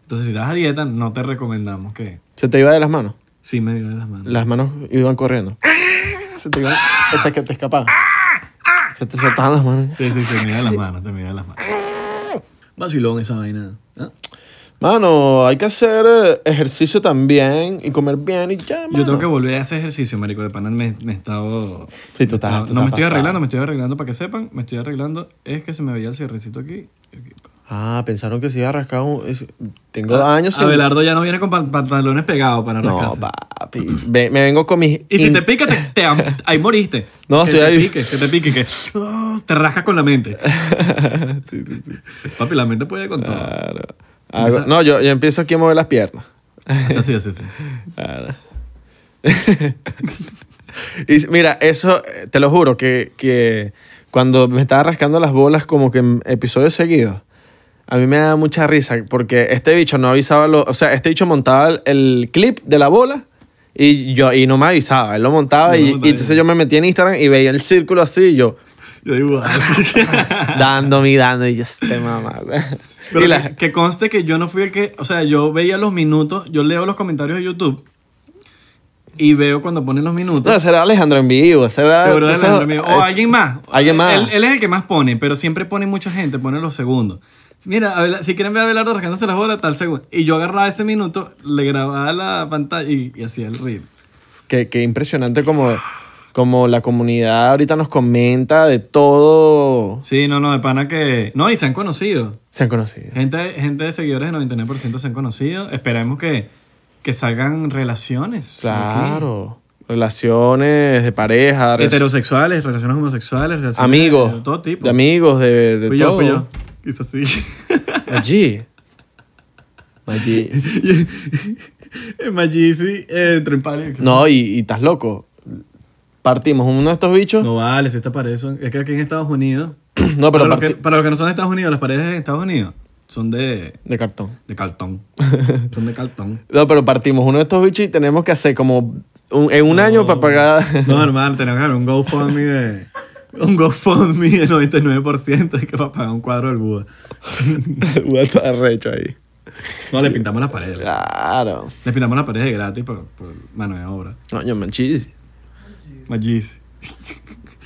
A: Entonces, si estás a dieta, no te recomendamos que...
B: Se te iba de las manos.
A: Sí me iba de las manos.
B: Las manos iban corriendo.
A: Ah.
B: Se te iban, o sea, que te escapaban.
A: ah.
B: Se te soltaban las manos.
A: Sí, sí, se me iba de las manos, se me iba de las manos. Vacilón esa vaina. ¿ah?
B: Mano, hay que hacer eh, ejercicio también y comer bien y ya, mano.
A: Yo tengo que volver a hacer ejercicio, marico. De pana me, me he estado...
B: Sí, tú estás-
A: No,
B: tú
A: no me
B: estás
A: estoy
B: pasado.
A: arreglando, me estoy arreglando para que sepan. Me estoy arreglando. Es que se me veía el cierrecito aquí. aquí.
B: Ah, pensaron que se iba a rascar un... es- Tengo años sin...
A: Ah, Abelardo ya no viene con pan- pantalones pegados para
B: No,
A: rascarse.
B: papi. Ve- me vengo con mis...
A: y si
B: in-
A: te pica, te, te am- ahí moriste.
B: No,
A: que te
B: estoy ahí.
A: Pique, que te pique, que oh, te rascas con la mente. Papi, la mente puede con todo.
B: Claro. Hago- No, yo, yo empiezo aquí a mover las piernas.
A: Así, así, así.
B: Claro. y mira, eso, eh, te lo juro, que, que cuando me estaba rascando las bolas como que en episodios seguidos, a mí me da mucha risa porque este bicho no avisaba, lo, o sea, este bicho montaba el, el clip de la bola y yo y no me avisaba, él lo montaba
A: No lo
B: y, y
A: montaba,
B: entonces
A: ya.
B: yo me metía en Instagram y veía el círculo así y yo
A: Yo igual.
B: dando mi dando y yo este mamá.
A: Pero
B: Y la-
A: que, que conste que yo no fui el que. O sea, yo veía los minutos, yo leo los comentarios de YouTube y veo cuando ponen los minutos.
B: no, ese era Alejandro en vivo, ese era-
A: Seguro de
B: ese-
A: Alejandro Mío. O alguien más.
B: Alguien más.
A: Él, él es el que más pone, pero siempre pone mucha gente, pone los segundos. Mira, Abela- si quieren ver a Abelardo rascándose las bolas, tal segundo. Y yo agarraba ese minuto, le grababa la pantalla y, y hacía el reel.
B: Qué, qué impresionante como, como la comunidad ahorita nos comenta de todo.
A: Sí, no, no, de pana que... No, y se han conocido.
B: Se han conocido.
A: Gente, gente de seguidores del 99% se han conocido. Esperemos que, que salgan relaciones.
B: Claro. Relaciones de pareja,
A: aquí.
B: res-
A: Heterosexuales, relaciones homosexuales, relaciones
B: amigos.
A: de todo tipo.
B: De amigos, de, de
A: Fui yo,
B: todo.
A: fui yo. Hizo así.
B: Allí. Allí.
A: Magisi eh, entró en pánico.
B: No, y, y estás loco. Partimos uno de estos bichos.
A: No vale, si estas paredes son. Es que aquí en Estados Unidos.
B: No,
A: para,
B: pero
A: los
B: parti-
A: que, para los que no son de Estados Unidos, las paredes de Estados Unidos son de,
B: De cartón.
A: de cartón. son de cartón.
B: No, pero partimos uno de estos bichos y tenemos que hacer como un- en un año para pagar.
A: No, hermano, tenemos que hacer un GoFundMe de. Un GoFundMe de 99% que va a pagar un cuadro del Buda.
B: Guato arrecho ahí.
A: No, le pintamos las paredes. Le,
B: Claro.
A: le pintamos las paredes gratis por, por mano de obra.
B: Coño, manchis.
A: Magisi.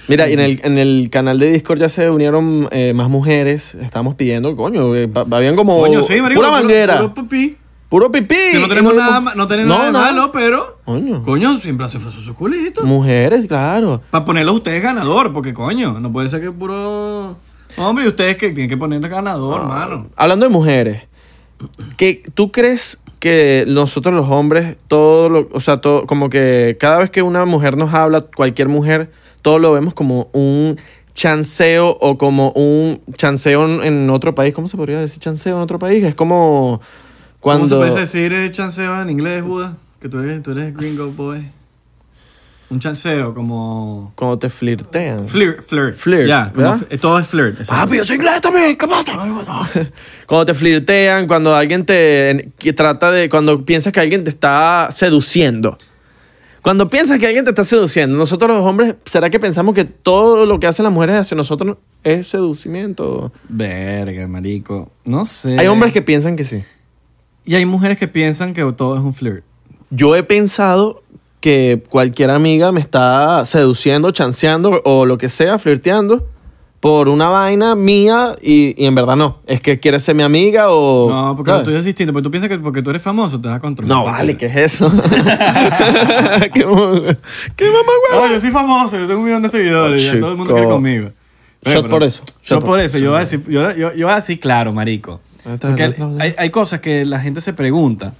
B: Mira, y en el, en el canal de Discord ya se unieron eh, más mujeres. Estábamos pidiendo, coño, eh, pa- habían como
A: Coño, sí, marico.
B: pura
A: puro-
B: manguera,
A: puro
B: puro,
A: pipí.
B: pipí.
A: Que no tenemos nada, ma- no tenemos nada de malo, pero.
B: Coño,
A: Coño, siempre hace falso su culito.
B: mujeres, claro.
A: Para ponerlo a ustedes ganador, porque coño, no puede ser que puro. Hombre, y ustedes que tienen que ponerle
B: Ah,
A: ganador, mano.
B: Hablando de mujeres, que ¿tú crees que nosotros los hombres, todo lo, o sea, todo, como que cada vez que una mujer nos habla, cualquier mujer, todo lo vemos como un chanceo o como un chanceo en- en otro país? ¿Cómo se podría decir chanceo en otro país? Es como cuando...
A: ¿Cómo se puede decir eh, chanceo en inglés, Buda? Que tú eres, tú eres gringo boy. Un chanceo, como.
B: Cuando te flirtean.
A: Flirt, flirt.
B: Flirt,
A: Ya, como
B: ¿verdad?
A: f- eh, todo es flirt.
B: Ah,
A: exacto.
B: pero yo soy inglés también, ¿qué pasa? Cuando te flirtean, cuando alguien te que trata de. Cuando piensas que alguien te está seduciendo. Cuando piensas que alguien te está seduciendo, nosotros los hombres, ¿será que pensamos que todo lo que hacen las mujeres hacia nosotros es seducimiento?
A: Verga, marico. No sé.
B: Hay hombres que piensan que sí.
A: Y hay mujeres que piensan que todo es un flirt.
B: Yo he pensado que cualquier amiga me está seduciendo, chanceando o lo que sea, flirteando por una vaina mía y, y en verdad no. Es que quiere ser mi amiga o...
A: No, porque lo
B: ¿sabes?
A: tuyo es distinto. Porque tú piensas que porque tú eres famoso te vas a controlar.
B: No, vale, ¿qué es eso? ¿Qué, mo- qué mamá,
A: No, yo soy famoso, yo tengo un millón de seguidores, ya
B: Chico.
A: todo el mundo quiere conmigo.
B: Shot por eso,
A: Yo
B: shot
A: por
B: por-
A: eso, yo voy a decir, yo, yo, yo voy a decir claro, marico.
B: Ahí está,
A: Porque
B: ahí está, ahí está.
A: hay, hay cosas que la gente se pregunta,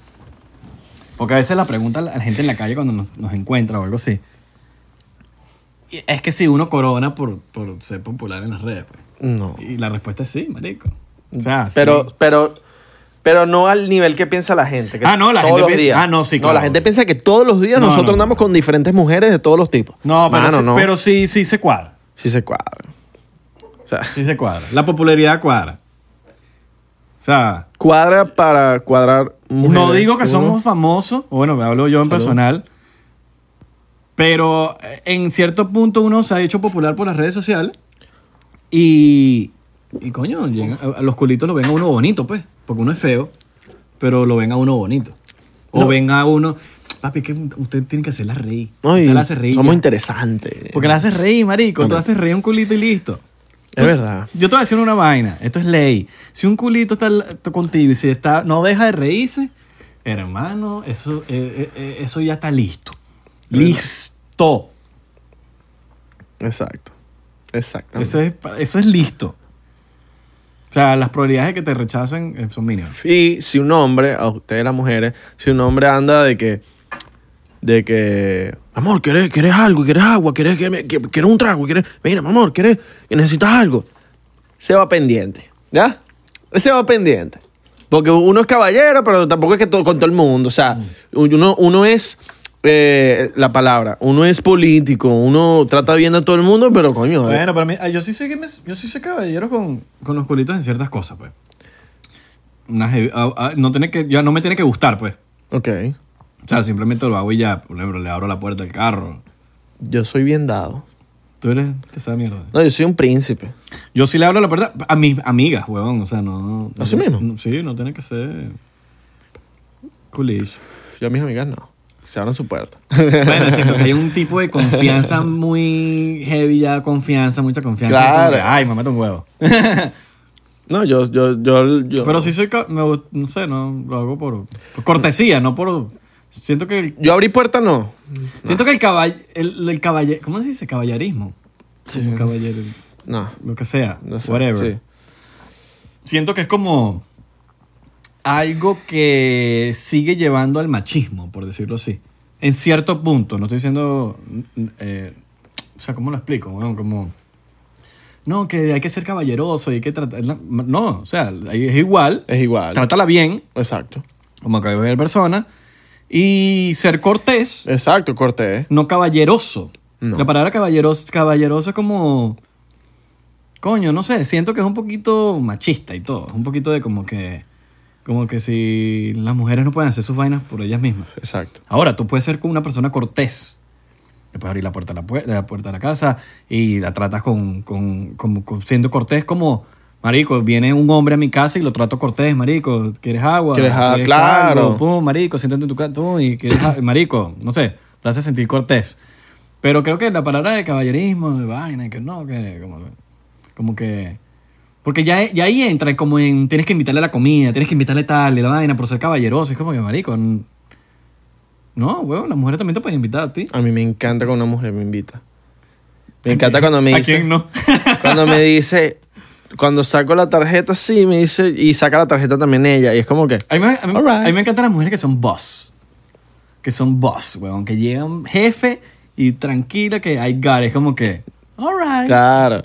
A: porque a veces la pregunta la la gente en la calle cuando nos, nos encuentra o algo así. Y es que si uno corona por, por ser popular en las redes, pues.
B: No.
A: Y la respuesta es sí, marico. O sea, sí.
B: Pero, pero, pero no al nivel que piensa la gente. que
A: Ah, no, la
B: todos
A: gente
B: los
A: piensa-
B: días.
A: ah, no, sí,
B: No, la
A: claro.
B: gente piensa que todos los días
A: No,
B: nosotros
A: no, no.
B: andamos con diferentes mujeres de todos los tipos.
A: No, pero,
B: Mano,
A: sí,
B: no.
A: pero sí, sí se cuadra.
B: Sí se cuadra. O sea,
A: Sí se cuadra. La popularidad cuadra. O sea,
B: cuadra para cuadrar mujeres.
A: No digo que
B: Uno-
A: somos famosos, o bueno, me hablo yo en
B: Salud.
A: personal, pero eh, en cierto punto uno se ha hecho popular por las redes sociales y, y coño, llega- a, a los culitos lo ven a uno bonito, pues, porque uno es feo, pero lo ven a uno bonito. O
B: No.
A: ven a uno, papi, que usted tiene que hacerla reír.
B: No, y
A: usted la hace reír.
B: somos
A: ya".
B: interesantes.
A: Porque la haces reír, marico. Tú haces reír un culito y listo.
B: Es
A: Entonces,
B: verdad.
A: Yo te voy a decir una vaina. Esto es ley. Si un culito está al- t- contigo y si está, no deja de reírse, hermano, eso, eh, eh, eh, eso ya está listo. Listo.
B: Exacto. Exactamente.
A: Eso es, pa- eso es listo. O sea, las probabilidades de que te rechacen eh, son mínimas.
B: Y si un hombre, a ustedes las mujeres, si un hombre anda de que. De que. Amor, ¿quieres, quieres algo? ¿Quieres agua? ¿Quieres, que me- que- quieres un trago? ¿Quieres. Mira, mi amor, ¿quieres. que necesitas algo? Se va pendiente. ¿Ya? Se va pendiente. Porque uno es caballero, pero tampoco es que todo, con todo el mundo. O sea, uno, uno es. eh, la palabra. Uno es político. Uno trata bien a todo el mundo, pero coño. eh,
A: Bueno, para mí, ah, yo sí sé que me- yo sí soy caballero con, con los culitos en ciertas cosas, pues. Una jevi- ah, ah, no tiene que, ya no me tiene que gustar, pues.
B: Ok.
A: O sea, simplemente lo hago y ya. Por ejemplo, le abro la puerta del carro.
B: Yo soy bien dado.
A: Tú eres que esa mierda.
B: No, yo soy un príncipe.
A: Yo sí le abro la puerta a mis amigas, huevón. O sea, no. no-
B: ¿Así mismo?
A: no- sí, no tiene que ser. Coolish.
B: Yo a mis amigas no. Se abran su puerta.
A: Bueno, siento que hay un tipo de confianza muy heavy, ya confianza, mucha confianza.
B: Claro.
A: Como que, Ay, mamá, un huevo.
B: No, yo, yo, yo, yo.
A: Pero sí soy. ca- me gu- no sé, no. Lo hago por, por cortesía, no por. Siento que el.
B: Yo abrí puerta, no.
A: Siento que el caball. El, el caballe- ¿Cómo se dice? Caballerismo. Sí. caballero.
B: No.
A: Lo que sea.
B: no sé,
A: whatever.
B: sí.
A: siento que es como algo que sigue llevando al machismo, por decirlo así. En cierto punto, no estoy diciendo... mm, eh, o sea, ¿cómo lo explico? weón? como... No, que hay que ser caballeroso, hay que tratar... No, o sea, ahí es igual.
B: Es igual.
A: Trátala bien,
B: Exacto.
A: como acaba de ver persona. Y ser cortés,
B: Exacto, corté. ¿eh?
A: no caballeroso.
B: No.
A: La palabra caballeroso, caballeroso es como... Coño, no sé, siento que es un poquito machista y todo. Es un poquito de como que... Como que si las mujeres no pueden hacer sus vainas por ellas mismas.
B: Exacto.
A: Ahora, tú puedes ser como una persona cortés. Le puedes abrir la puerta, de la, pue- la puerta de la casa y la tratas con, con- como- con- siendo cortés como... Marico, viene un hombre a mi casa y lo trato cortés, marico. ¿Quieres agua?
B: ¿Quieres agua?
A: caldo?
B: Claro.
A: Pum, marico, siéntate en tu casa. pum, y quieres agua. Marico, no sé, lo hace sentir cortés. Pero creo que la palabra de caballerismo, de vaina, que no, que como, como que... Porque ya, ya ahí entra como en tienes que invitarle a la comida, tienes que invitarle tal y la vaina por ser caballeroso. Es como que, marico, n- no, huevón, las mujeres también te pueden invitar a ti.
B: A mí me encanta cuando una mujer me invita. Me encanta cuando me
A: ¿A
B: dice.
A: quién no?
B: cuando me dice. Cuando saco la tarjeta, sí, me dice. Y saca la tarjeta también ella. Y es como que.
A: A mí, me- a mí-
B: All right.
A: a mí me encantan las mujeres que son boss. Que son boss, huevón. Que llegan jefe y tranquila que hay got it. Es como que, all right,
B: Claro.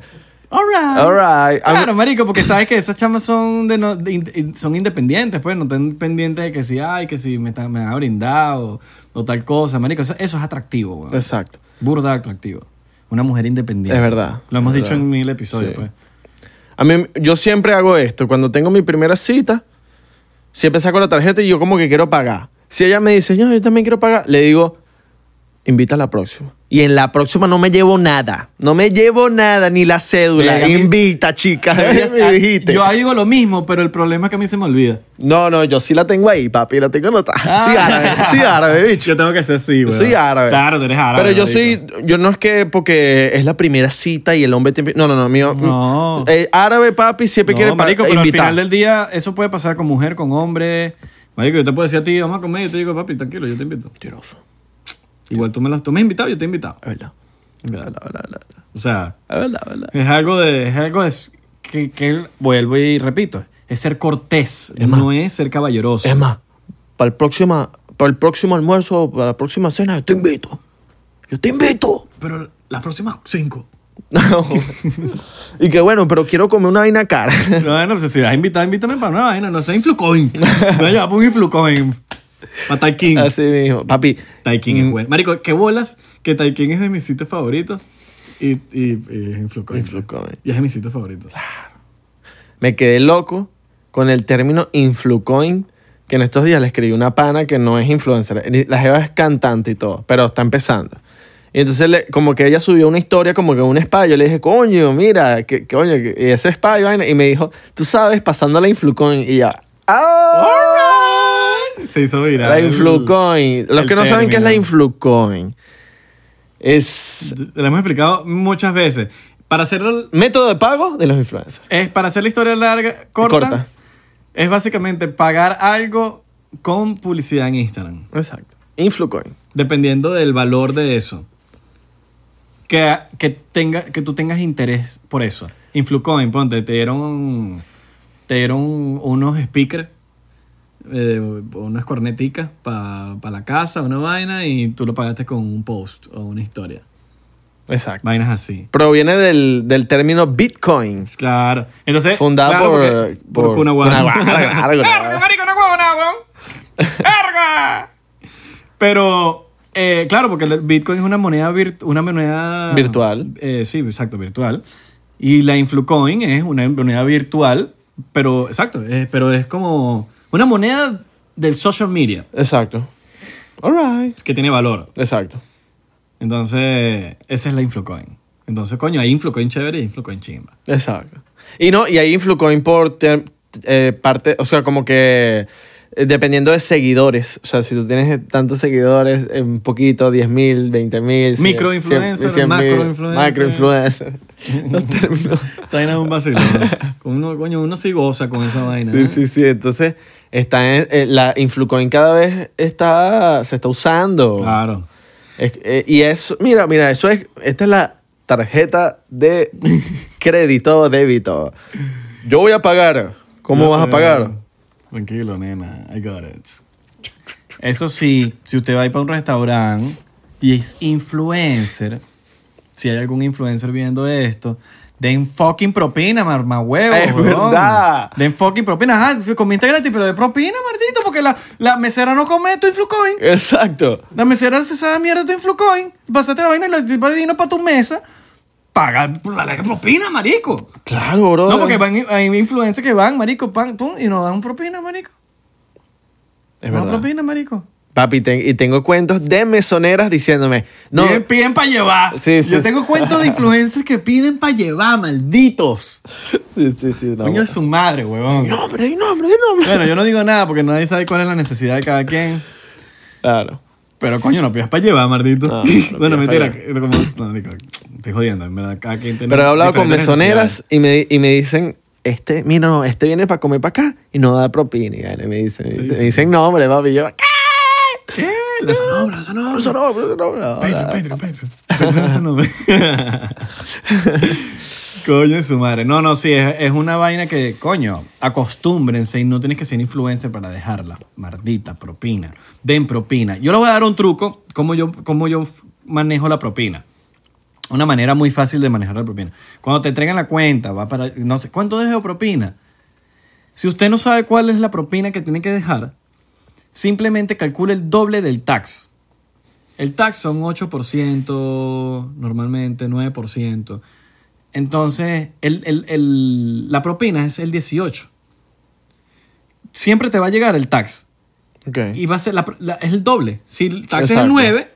A: all right.
B: All right. A mí-
A: Claro, marico, porque sabes que esas chamas son de no- de in- in- son independientes, pues no están pendientes de que si, ay, que si me, está- me van a brindar o, o tal cosa, marico. Eso, eso es atractivo, weón.
B: Exacto.
A: Burda atractivo. Una mujer independiente.
B: Es verdad.
A: Lo hemos
B: Es
A: dicho
B: verdad.
A: en mil episodios,
B: Sí.
A: pues.
B: A mí, yo siempre hago esto. Cuando tengo mi primera cita, siempre saco la tarjeta y yo como que quiero pagar. Si ella me dice, no, yo también quiero pagar, le digo, Invita a la próxima. Y en la próxima no me llevo nada. No me llevo nada, ni la cédula.
A: Verga, mi-
B: Invita, chica. me dijiste.
A: Yo digo lo mismo, pero el problema es que a mí se me olvida.
B: No, no, yo sí la tengo ahí, papi. La tengo anotada. Sí, árabe. Sí, árabe, bicho.
A: Ah. Yo tengo que ser así,
B: Yo
A: güey.
B: soy árabe.
A: Claro, tú eres árabe.
B: Pero yo
A: marico.
B: soy, yo no es que porque es la primera cita y el hombre te... No, no, no, mío.
A: No.
B: Eh, árabe, papi,
A: No,
B: siempre quiere pa-
A: marico, pero
B: invitar.
A: al final del día eso puede pasar con mujer, con hombre. Marico, yo te puedo decir a ti, vamos a comer, yo te digo, papi, tranquilo, yo te invito.
B: Mentiroso.
A: Igual tú me, lo, tú me has invitado, yo te he invitado.
B: Es verdad. Es verdad, es verdad, es verdad.
A: O sea,
B: Es verdad, es verdad.
A: es algo de, es algo de, que, que vuelvo y repito, es ser cortés,
B: Es más-
A: no es ser caballeroso.
B: Es más, para el, próxima, para el próximo almuerzo o para la próxima cena, yo te invito. Yo te invito.
A: Pero las próximas cinco.
B: y que bueno, pero quiero comer una vaina cara.
A: No, no, pues, si vas a invitar, invítame para una vaina, no sé, Influcoin. Me lleva para un Influcoin. Para Taikin.
B: Así mismo. Papi,
A: Taikin es bueno. Marico, qué bolas que Taikin es de mis sitios favoritos y, y, y es Influcoin.
B: Influcoin.
A: Y es de mis sitios favoritos.
B: me quedé loco con el término influcoin, que en estos días le escribí una pana que no es influencer. ni- La jeva es cantante y todo, pero está empezando. Y entonces, le- como que ella subió una historia, como que un spa. Yo le dije, coño, mira, que, coño, que- y ese spa. Y, vaina", y me dijo, tú sabes, pasando la influcoin. Y ya, ¡ah!
A: Se hizo viral.
B: La influcoin. Los
A: el
B: que no saben qué es la
A: término.
B: influcoin, es
A: La hemos explicado muchas veces. Para hacer,
B: método de pago de los influencers.
A: es, para hacer la historia larga, corta,
B: Corta.
A: es básicamente pagar algo con publicidad en Instagram.
B: Exacto. Influcoin.
A: dependiendo del valor de eso. Que, que, tenga, que tú tengas interés por eso. Influcoin, ponte, te dieron, te dieron unos speakers, eh, unas corneticas para la casa, una vaina, y tú lo pagaste con un post o una historia.
B: Exacto.
A: Vainas así.
B: proviene del, del término Bitcoin,
A: Claro. Entonces,
B: fundada
A: claro,
B: por,
A: porque- por Kuna Guara.
B: Kuna Guara, claro, Kuna Guara.
A: Pero, eh, claro, porque el Bitcoin es una moneda, virtu- una moneda
B: Virtual.
A: Eh, sí, exacto, virtual. Y la Influcoin es una moneda virtual, pero, exacto, eh, pero es como una moneda del social media
B: Exacto. All right.
A: que tiene valor.
B: Exacto.
A: Entonces, esa es la Influcoin. Entonces, coño, hay Influcoin chévere y Influcoin chimba.
B: Exacto. Y no, y ahí Influcoin por ter- eh, parte, o sea, como que eh, dependiendo de seguidores. O sea, si tú tienes tantos seguidores, eh, un poquito, 10 mil, 20 mil.
A: Microinfluencer, macroinfluencer.
B: Macroinfluencer. Los términos.
A: Está en un vacilón. Con uno, coño, uno sí goza con esa vaina.
B: Sí,
A: ¿eh?
B: sí, sí. Entonces, está en- eh, la Influcoin cada vez está, se está usando.
A: Claro.
B: Es- eh, y eso, mira, mira, eso es, esta es la tarjeta de crédito o débito. Yo voy a pagar. ¿Cómo
A: No,
B: vas a
A: eh,
B: pagar?
A: Tranquilo, nena. I got it. Eso sí, si usted va a ir para un restaurante y es influencer, si hay algún influencer viendo esto, den fucking propina, marmahuevo.
B: Es
A: huevón.
B: verdad.
A: Den fucking propina. Ajá, comiste gratis, pero de propina, Martito, porque la, la mesera no come tu influcoin.
B: Exacto.
A: La mesera se sabe mierda tu influcoin. Pasaste la vaina y la tipa vino para tu mesa. Paga la, la propina, marico.
B: Claro, bro.
A: No, porque van, hay influencers que van, marico, pan, pum, y nos dan propina, marico.
B: Es
A: Nos dan
B: verdad.
A: propina, marico.
B: Papi, te- y tengo cuentos de mesoneras diciéndome, no,
A: Piden, piden para llevar.
B: Sí, sí.
A: Yo tengo cuentos de influencers que piden para llevar, malditos.
B: sí, sí, sí, no.
A: Coño de su madre, huevón.
B: nombre, di nombre, di nombre.
A: Bueno, yo no digo nada porque nadie sabe cuál es la necesidad de cada quien.
B: Claro.
A: Pero coño, no pidas para llevar, maldito.
B: No, no pidas
A: bueno,
B: pa'
A: mentira.
B: llevar.
A: que- como- no, marico, estoy jodiendo, en verdad. Cada quien tiene
B: Pero he hablado con
A: diferentes
B: mesoneras y me, y me dicen, este, mira, no, este viene para comer para acá y no da propina. Y vaina, me dicen, me dicen, nombre, papi. Y yo,
A: necesidades.
B: ¿qué?
A: ¿Qué? La sonobra, la sonobra.
B: Eso no, eso no, no.
A: Patreon, Patreon, Patreon. Patreon, eso no me- coño, de su madre. No, no, sí, es, es una vaina que, coño, acostúmbrense y no tienes que ser influencer para dejarla. Maldita propina. Den propina. Yo les voy a dar un truco, cómo yo, cómo yo f- manejo la propina. Una manera muy fácil de manejar la propina. Cuando te entregan la cuenta, va para, no sé, ¿cuánto dejo de propina? Si usted no sabe cuál es la propina que tiene que dejar, simplemente calcule el doble del tax. El tax son 8%, normalmente 9%. Entonces, el- el- el- la propina es el 18%. Siempre te va a llegar el tax.
B: Ok.
A: Y va a ser la, la- es el doble. Si el tax es
B: Exacto.
A: el 9,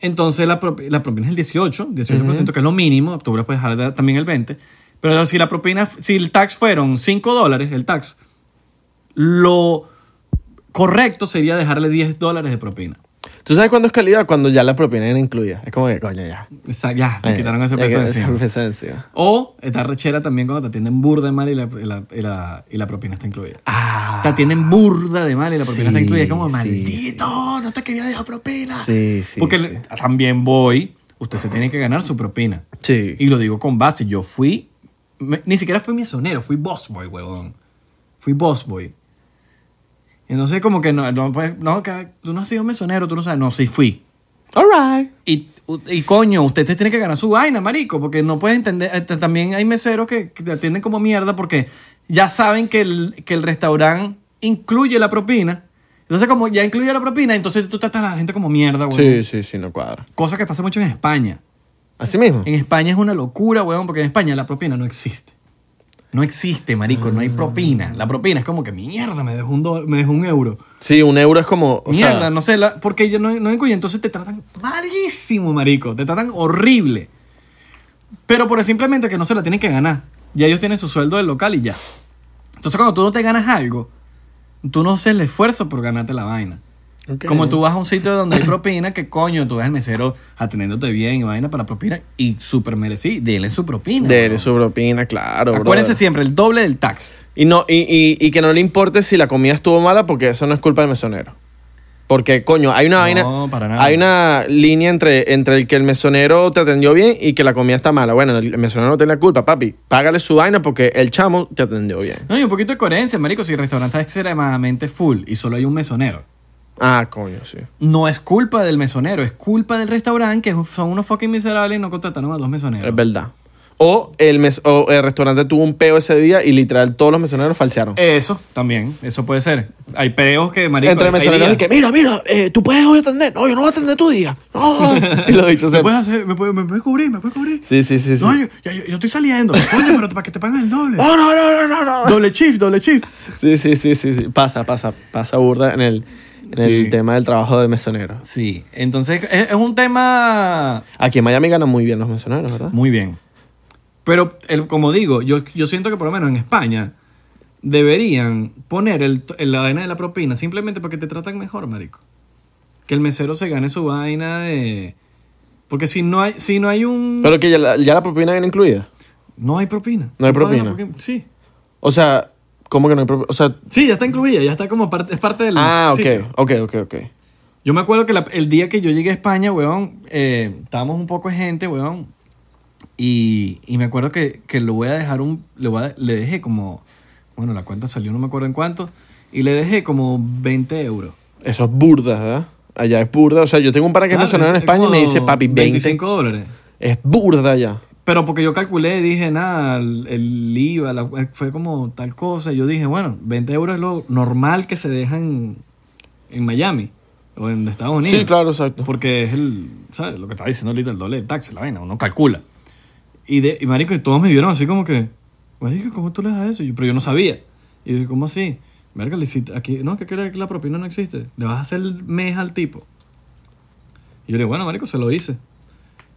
A: Entonces la, propi- la propina es el 18, 18%, que es lo mínimo. Tú la puedes dejar de- también el 20. Pero si la propina, si el tax fueron 5 dólares, el tax, lo correcto sería dejarle 10 dólares de propina.
B: ¿Tú sabes cuándo es calidad? Cuando ya la propina era incluida. Es como que, coño, ya.
A: O sea, ya, me
B: Ya,
A: quitaron ese
B: ya
A: peso de
B: quitaron ese
A: encima.
B: peso de encima.
A: O está rechera también cuando te atienden burda de mal y la, y la- y la- y la propina está incluida.
B: Ah.
A: Te atienden burda de mal y la propina
B: Sí,
A: está incluida. Es como,
B: sí,
A: maldito, no te quería dejar propina.
B: Sí, sí.
A: Porque
B: sí.
A: le- también voy, usted se tiene que ganar su propina.
B: Sí.
A: Y lo digo con base, yo fui, me- ni siquiera fui mesonero, fui boss boy, huevón. Fui boss boy. Entonces como que no, no, pues, no, que tú no has sido mesonero, tú no sabes, no, sí fui.
B: All right.
A: Y, u- y coño, usted te tiene que ganar su vaina, marico, porque no puedes entender. eh, t- También hay meseros que, que te atienden como mierda porque ya saben que el, que el restaurante incluye la propina. Entonces, como ya incluye la propina, entonces tú tratas a la gente como mierda, weón.
B: Sí, sí, sí, no cuadra.
A: Cosa que pasa mucho en España.
B: Así mismo.
A: En España es una locura, weón, porque en España la propina no existe. No existe, marico, no hay propina. La propina es como que mierda, me dejó un, do- me dejó un euro.
B: Sí, un euro es como. o
A: Mierda,
B: sea,
A: no sé, la- porque yo no, no incluye. Entonces te tratan malísimo, marico. Te tratan horrible. Pero por el simplemente que no se la tienen que ganar. Ya ellos tienen su sueldo del local y ya. Entonces cuando tú no te ganas algo, tú no haces el esfuerzo por ganarte la vaina.
B: ok.
A: Como tú vas a un sitio donde hay propina, que coño, tú ves al mesero atendiéndote bien y vaina para propina y súper merecí. Dele su propina.
B: Dele
A: bro.
B: su propina, claro.
A: Acuérdense
B: brother.
A: siempre, el doble del tax.
B: Y, no, y, y- y que no le importe si la comida estuvo mala porque eso no es culpa del mesonero. Porque, coño, hay una
A: No,
B: vaina.
A: para nada.
B: Hay una línea entre, entre el que el mesonero te atendió bien y que la comida está mala. Bueno, el mesonero no tiene la culpa, papi. Págale su vaina porque el chamo te atendió bien.
A: No, y un poquito de coherencia, marico. Si el restaurante está extremadamente full y solo hay un mesonero.
B: Ah, coño, sí.
A: No es culpa del mesonero, es culpa del restaurante que son unos fucking miserables y no contrataron a dos mesoneros.
B: Es verdad. O el, mes, o el restaurante tuvo un peo ese día y literal todos los mesoneros falsearon.
A: Eso también, eso puede ser. Hay peos que, Eh, marico,
B: Entre
A: hay
B: mesoneros y
A: días.
B: que, mira, mira, eh, tú puedes hoy atender. No, yo no voy a atender tu día. No. y los bichos
A: ¿Me
B: se...
A: puedes, hacer- me, puedes, me puedes cubrir, me puedes cubrir.
B: Sí, sí, sí. Ah. sí.
A: No, yo, ya- yo- yo estoy saliendo. Coño, pero para que te paguen el doble.
B: No, no, no, no, no, no.
A: doble shift, doble shift.
B: Sí, sí, sí, sí, sí. Pasa, pasa, pasa burda en el, en
A: Sí.
B: el tema del trabajo de mesonero.
A: Sí, entonces es, es un tema
B: Aquí en Miami ganan muy bien los mesoneros, ¿verdad?
A: muy bien. ¿Ah? Pero, el- como digo, yo, yo siento que por lo menos en España deberían poner el, el- la vaina de la propina simplemente porque te tratan mejor, marico. Que el mesero se gane su vaina de... Porque si no hay, si no hay un...
B: Pero que ya la, ya la propina viene incluida.
A: No hay propina.
B: No hay
A: pagan la
B: propina.
A: Sí.
B: O sea, ¿cómo que no hay propina? O sea,
A: Sí, ya está incluida, ya está como parte, es parte del...
B: ah,
A: sitio.
B: ok, ok, ok, ok.
A: Yo me acuerdo que la- el día que yo llegué a España, weón, eh, estábamos un poco de gente, weón. Y, y me acuerdo que, que le voy a dejar un. Le, voy a- le dejé como. Bueno, la cuenta salió, no me acuerdo en cuánto. Y le dejé como 20 euros.
B: Eso es burda, ¿verdad? Allá es burda. O sea, yo tengo un pana que es
A: Claro,
B: mesonero en España y me
A: como
B: dice, papi, 20.
A: 25 dólares.
B: Es burda ya.
A: Pero porque yo calculé, dije, nada, el, el IVA la- eh, fue como tal cosa. Y yo dije, bueno, 20 euros es lo normal que se deja en, en Miami o en Estados Unidos.
B: Sí, claro, exacto.
A: Porque es el, ¿sabes? Lo que está diciendo ahorita el doble del taxi, la vaina, uno calcula. Y, de, y marico, y todos me vieron así como que, marico, ¿cómo tú le das eso? Y yo, pero yo no sabía. Y yo, ¿cómo así? Marico, le hiciste, aquí, no, que cree que la propina no existe. Le vas a hacer el mes al tipo. Y yo le digo, bueno, marico, se lo hice.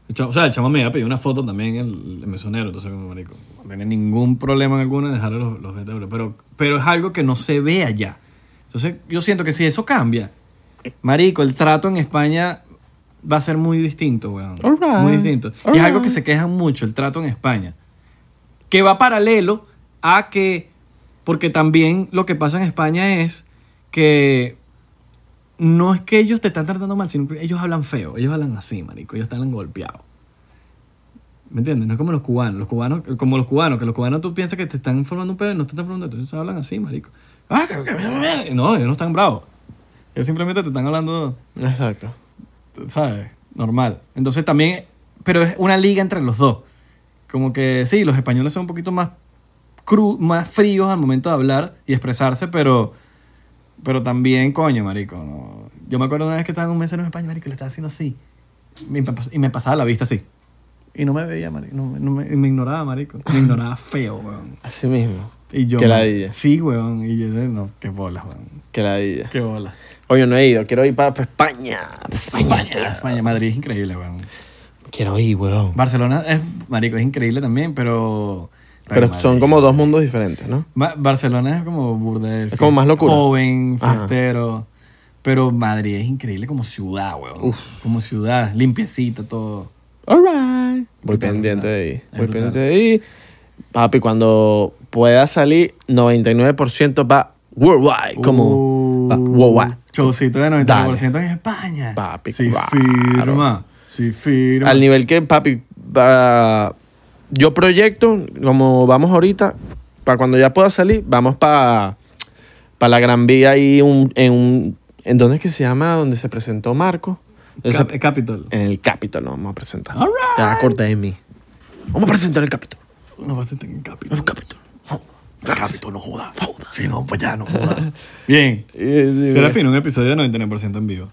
A: El chamo- o sea, el chamo me había pedido una foto también, el, el mesonero, entonces como, marico, no tiene ningún problema alguno en dejarle los, los 20 euros. Pero, pero es algo que no se ve allá. Entonces, yo siento que si eso cambia, Marico, el trato en España va a ser muy distinto, weón.
B: All right.
A: Muy distinto. y
B: All
A: es algo
B: right.
A: que se quejan mucho, el trato en España. Que va paralelo a que. Porque también lo que pasa en España es que. No es que ellos te están tratando mal, sino que ellos hablan feo. Ellos hablan así, marico. Ellos están golpeados. ¿Me entiendes? No es como los cubanos. Los cubanos, como los cubanos, que los cubanos tú piensas que te están formando un pedo y no te están formando. Entonces hablan así, marico. Ah, que- que- que- No, ellos no están bravos. Ellos simplemente te están hablando,
B: Exacto.
A: ¿sabes? Normal. Entonces también, pero es una liga entre los dos. Como que sí, los españoles son un poquito más cru, más fríos al momento de hablar y expresarse, pero pero también, coño, marico, no. Yo me acuerdo una vez que estaba en un mesero en España, marico, y le estaba haciendo así. Y me, pas- y me pasaba la vista así. Y no me veía, marico, no, me- no me, me ignoraba, marico. Me ignoraba feo, weón.
B: Así mismo.
A: Y yo
B: Qué
A: man,
B: ladilla.
A: Sí, weón, y yo no, qué bolas, weón.
B: Que la idea.
A: Qué bolas.
B: Oye, no he ido, quiero ir para España.
A: España, España, Madrid es increíble, weón.
B: Quiero ir, weón.
A: Barcelona es, marico, es increíble también, pero...
B: Pero son
A: Madrid-
B: como dos mundos diferentes, ¿no?
A: Ma- Barcelona es como burda de
B: Es como más locura.
A: Joven,
B: Ajá.
A: fiestero. Pero Madrid es increíble como ciudad, weón. Como ciudad, limpiecita, todo.
B: Alright. Voy
A: Brutal,
B: pendiente
A: brutal.
B: de ahí.
A: Es
B: Voy
A: brutal.
B: pendiente de ahí. Papi, cuando pueda salir, 99% va worldwide. Como va
A: Uh,
B: worldwide.
A: Showcito de 90% en España.
B: Papi,
A: Sí
B: claro.
A: firma. Sí firma.
B: Al nivel que, papi, va- yo proyecto, como vamos ahorita, para cuando ya pueda salir, vamos para la Gran Vía ahí un- en un... ¿En dónde es que se llama? Donde se presentó Marco. Donde se-
A: Cap- Capitol.
B: en el Capitol nos vamos a presentar.
A: All right.
B: Ya acordé de mí. Vamos a presentar el Capitol.
A: No vas a estar en Capitol. Capitol. Capitol, no joda. Si no, pues ya no joda. Bien. Será fino un episodio de 99% en vivo.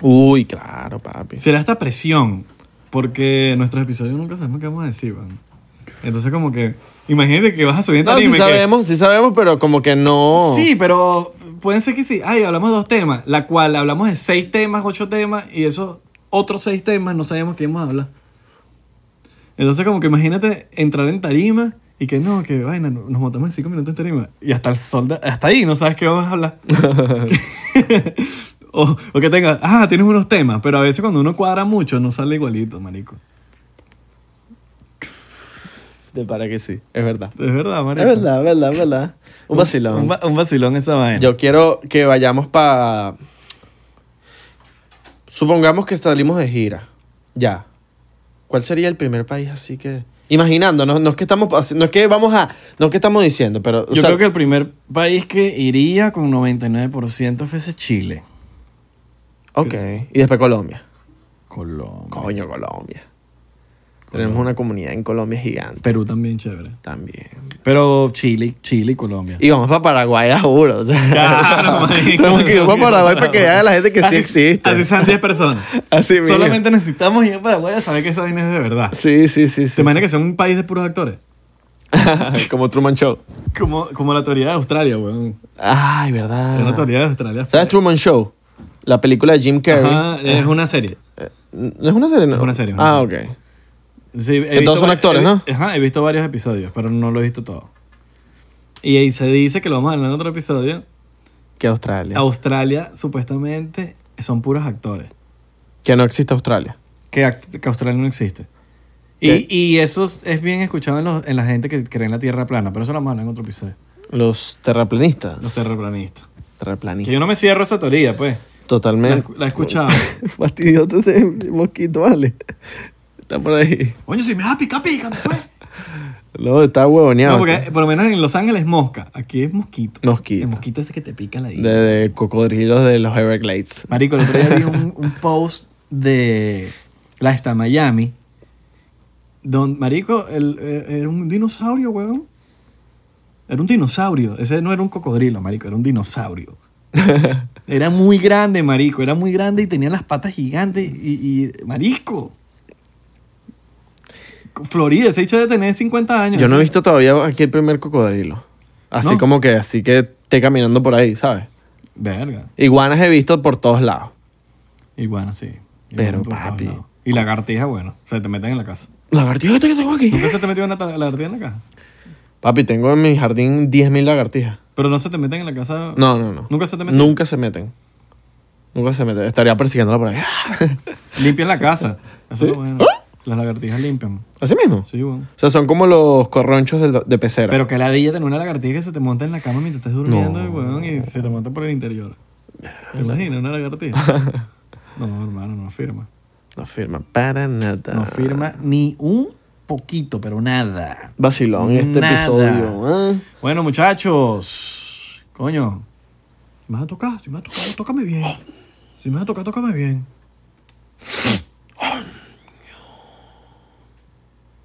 B: Uy, claro, papi.
A: Será esta presión, porque nuestros episodios nunca sabemos qué vamos a decir, weón. Entonces como que, imagínate que vas a subir en
B: No, sí
A: tarima y que-
B: sabemos, sí sabemos, pero como que no.
A: Sí, pero pueden ser que sí. Ay, hablamos de dos temas, la cual hablamos de seis temas, ocho temas, y esos otros seis temas no sabemos qué íbamos a hablar. Entonces como que imagínate entrar en tarima y que no, que vaina, no- nos montamos en cinco minutos en tarima. Y hasta el sol, de- hasta ahí no sabes qué vamos a hablar. o, o que tengas, ah, tienes unos temas, pero a veces cuando uno cuadra mucho no sale igualito, marico.
B: De para que sí, es verdad.
A: Es verdad, marico.
B: Es verdad, es verdad, es verdad. Un vacilón.
A: Un, va- un vacilón esa vaina.
B: Yo quiero que vayamos para. Supongamos que salimos de gira. Ya. ¿Cuál sería el primer país así que.? Imaginando, no, no es que estamos haci- no es que vamos a, no es que estamos diciendo, pero o
A: Yo
B: sea,
A: creo que el primer país que iría con 99% fuese Chile.
B: Ok. Y después Colombia.
A: Colombia.
B: Coño, Colombia. Tenemos una comunidad en Colombia gigante
A: Perú también chévere.
B: también.
A: Pero Chile, Chile y Colombia.
B: Y vamos para Paraguay, a juro. o sea,
A: Claro, marico.
B: tenemos que ir para Paraguay para que vea la gente que sí
A: Así-
B: existe.
A: Así sean 10 personas.
B: Así mismo.
A: Solamente necesitamos ir a Paraguay a saber que esa vaina es de verdad.
B: Sí, sí, sí.
A: ¿Te
B: sí.
A: imaginas que sea un país de puros actores?
B: Como Truman Show.
A: Como, como la teoría de Australia, weón.
B: Ay,
A: Es una
B: verdad.
A: teoría de Australia.
B: Ah. ¿Sabes Truman Show? La película de Jim Carrey.
A: Ajá, es una serie.
B: Eh, ¿Es una serie? no?
A: Es una serie, una
B: Ah,
A: serie.
B: ok.
A: Sí, he
B: Que todos son
A: vari-
B: actores,
A: he-
B: ¿no?
A: Ajá, he visto varios episodios, pero no lo he visto todo. Y ahí se dice que lo vamos a hablar en otro episodio.
B: Que Australia.
A: Australia, supuestamente, son puros actores.
B: que no existe Australia.
A: Que, act- que Australia no existe.
B: ¿Qué?
A: Y, y eso es es bien escuchado en, los- en la gente que cree en la Tierra plana, pero eso lo vamos a hablar en otro episodio.
B: Los terraplanistas.
A: Los terraplanistas. Que
B: terraplanistas.
A: yo no me cierro esa teoría, pues. La,
B: Totalmente.
A: escu- la he escuchado.
B: Fastidioso ese mosquito, vale. Está por ahí.
A: Oye, si me vas a picar, pícame, pues.
B: No, está
A: No,
B: huevoneado.
A: porque por lo menos en Los Ángeles es mosca. Aquí es mosquito.
B: Mosquito.
A: El mosquito es que te pica la
B: De,
A: vida.
B: de cocodrilos de los Everglades.
A: Marico, el otro día vi un, un post de Lifestyle Miami. Don Marico, el, eh, era un dinosaurio, weón. Era un dinosaurio. Ese no era un cocodrilo, marico. Era un dinosaurio. Era muy grande, marico. Era muy grande y tenía las patas gigantes. Y, y marico. Florida, ese hecho de tener 50 años.
B: Yo no he visto todavía aquí el primer cocodrilo. Así
A: No.
B: como que, así que esté caminando por ahí, ¿sabes?
A: Verga.
B: Iguanas he visto por todos lados.
A: Y bueno, sí. Y
B: Pero,
A: bueno, por todos
B: papi.
A: lados. Y lagartija, bueno. Se te meten en la casa.
B: Lagartijas que tengo aquí.
A: ¿Nunca se te metió una ta- lagartija en la casa?
B: Papi, tengo en mi jardín 10.000 lagartijas.
A: Pero no se te meten en la casa.
B: No, no, no.
A: Nunca se te meten.
B: Nunca se meten. Nunca se meten. Estaría persiguiéndola por ahí.
A: Limpian la casa. Eso es lo bueno.
B: ¿Ah?
A: Las lagartijas limpian.
B: Así mismo.
A: Sí, bueno.
B: O sea, son como los corronchos del- de, pecera.
A: Pero que ladilla tener una lagartija que se te monta en la cama mientras estás durmiendo,
B: No.
A: weón, y se te monta por el interior. ¿Te imaginas una lagartija? no, hermano, no firma.
B: No firma para nada.
A: No firma ni un poquito, pero nada.
B: Vacilón este
A: Nada.
B: episodio. ¿eh?
A: Bueno, muchachos. Coño. Si me vas a tocar, si me vas a tocar, tócame bien. Si me vas a tocar, tócame bien.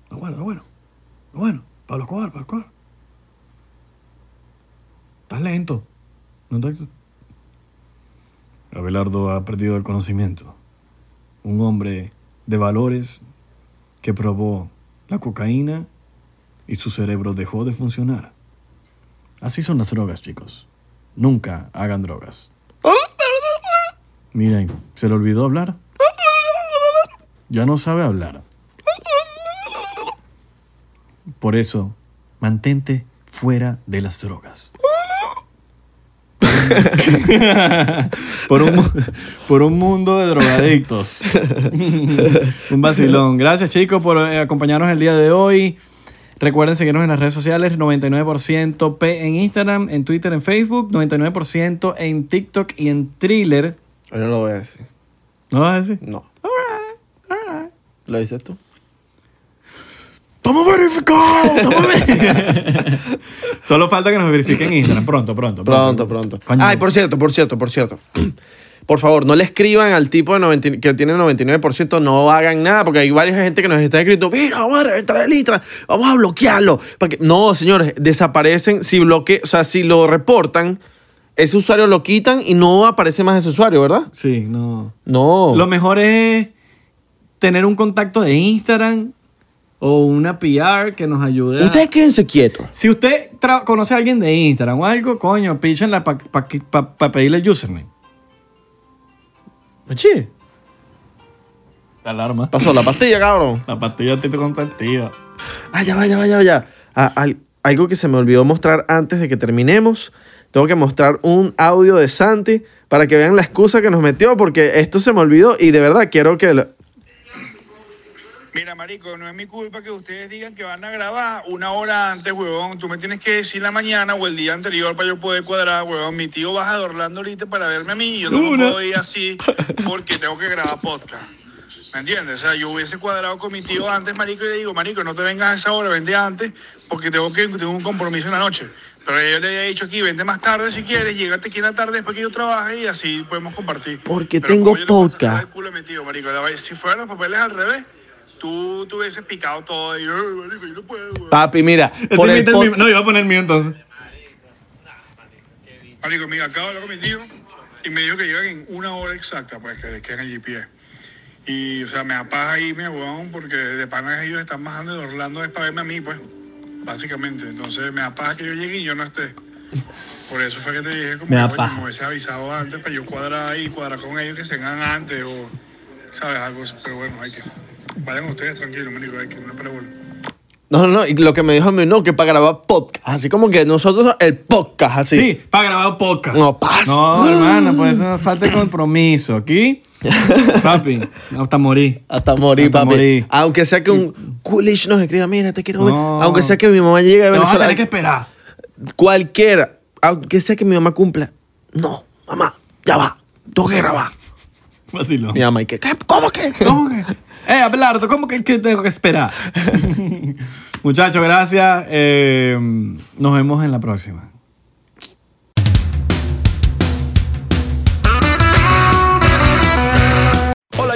A: Está bueno, está bueno. Está bueno. Pablo Escobar, Pablo Escobar. Estás lento. No te... Abelardo ha perdido el conocimiento. Un hombre de valores que probó la cocaína y su cerebro dejó de funcionar. Así son las drogas, chicos. Nunca hagan drogas. Miren, se le olvidó hablar. Ya no sabe hablar. Por eso, mantente fuera de las drogas. por, un, mu- por un mundo de drogadictos. un vacilón. Gracias chicos por eh, acompañarnos el día de hoy. Recuerden seguirnos en las redes sociales, 99% P en Instagram, en Twitter, en Facebook, 99% en TikTok y en Thriller.
B: Yo no lo voy a decir.
A: ¿No vas a decir?
B: No. Alright, alright. ¿Lo dices tú?
A: ¡Estamos verificados! ¡Estamos verificados! Solo falta que nos verifiquen Instagram. Pronto, pronto.
B: Pronto, pronto.
A: Coño.
B: Ay, por cierto, por cierto, por cierto. Por favor, no le escriban al tipo de 90 que tiene 99%, no hagan nada, porque hay varias gente que nos está escribiendo, mira, vamos a reventar el Instagram, vamos a bloquearlo. Para que... No, señores, desaparecen si bloque, o sea, si lo reportan, ese usuario lo quitan y no aparece más ese usuario, ¿verdad?
A: Sí, no.
B: No.
A: Lo mejor es tener un contacto de Instagram o una PR que nos ayude a...
B: Ustedes quédense quietos.
A: Si usted tra- conoce a alguien de Instagram o algo, coño, píchenla para pedirle el username.
B: Oye,
A: La alarma.
B: pasó la pastilla, cabrón.
A: La pastilla te contactiva.
B: Ah, ya va, ya va, ya va, ya. Ah, al- algo que se me olvidó mostrar antes de que terminemos. Tengo que mostrar un audio de Santi para que vean la excusa que nos metió, porque esto se me olvidó y de verdad quiero que... lo-
D: Mira, marico, no es mi culpa que ustedes digan que van a grabar una hora antes, huevón. Tú me tienes que decir la mañana o el día anterior para yo poder cuadrar, huevón. Mi tío baja de Orlando ahorita para verme a mí y yo no me
A: Una.
D: puedo ir así porque tengo que grabar podcast. ¿Me entiendes? O sea, yo hubiese cuadrado con mi tío antes, marico, y le digo, marico, no te vengas a esa hora, vente antes porque tengo que tengo un compromiso en la noche. Pero yo le había dicho aquí, vente más tarde si quieres, llégate aquí en la tarde después que yo trabaje y así podemos compartir.
B: Porque
D: Pero
B: tengo
D: como yo le pasé
B: podcast.
D: el culo a mi tío, marico, la vaina- si fueran los papeles al revés, tú tú hubieses picado todo y, "Ay, marico, yo no puedo, weón".
B: Papi, mira,
A: Este
B: por el pod-
A: No, iba a poner el mío entonces.
D: Marico, mira, acabo de hablar con mi tío y me dijo que llegan en una hora exacta para que les queden el GPS. Y, o sea, me apaga ahí, mi huevón, porque de pana ellos están bajando de Orlando es para verme a mí, pues, básicamente. Entonces me apaga que yo llegue y yo no esté. Por eso fue que te dije, como
A: Me
D: que,
A: apaga.
D: me hubiese avisado antes para yo cuadrar ahí, cuadrar con ellos que se hagan antes o, ¿sabes? Algo, así. pero bueno, hay que. Vayan ustedes tranquilos, marico, hay que no para
B: No, no, no, y lo que me dijo mi no, que para grabar podcast, así como que nosotros el podcast, así.
A: Sí, para grabar podcast.
B: No pasa.
A: No, hermano, pues eso falta de compromiso. Aquí, papi, hasta morir.
B: Hasta morir,
A: Hasta
B: papi.
A: morir.
B: Aunque sea que un coolish nos escriba, mira, te quiero ver.
A: No.
B: Aunque sea que mi mamá llegue a
A: Te vas a
B: Venezuela.
A: tener que esperar.
B: Cualquiera, aunque sea que mi mamá cumpla. No, mamá, ya va. Tengo que grabar.
A: Vacilón.
B: Mi mamá, ¿y qué? ¿Qué? ¿Cómo que?
A: ¿Cómo que? Eh, Abelardo, ¿cómo que, que tengo que esperar? Muchachos, gracias. Eh, nos vemos en la próxima.
E: Hola,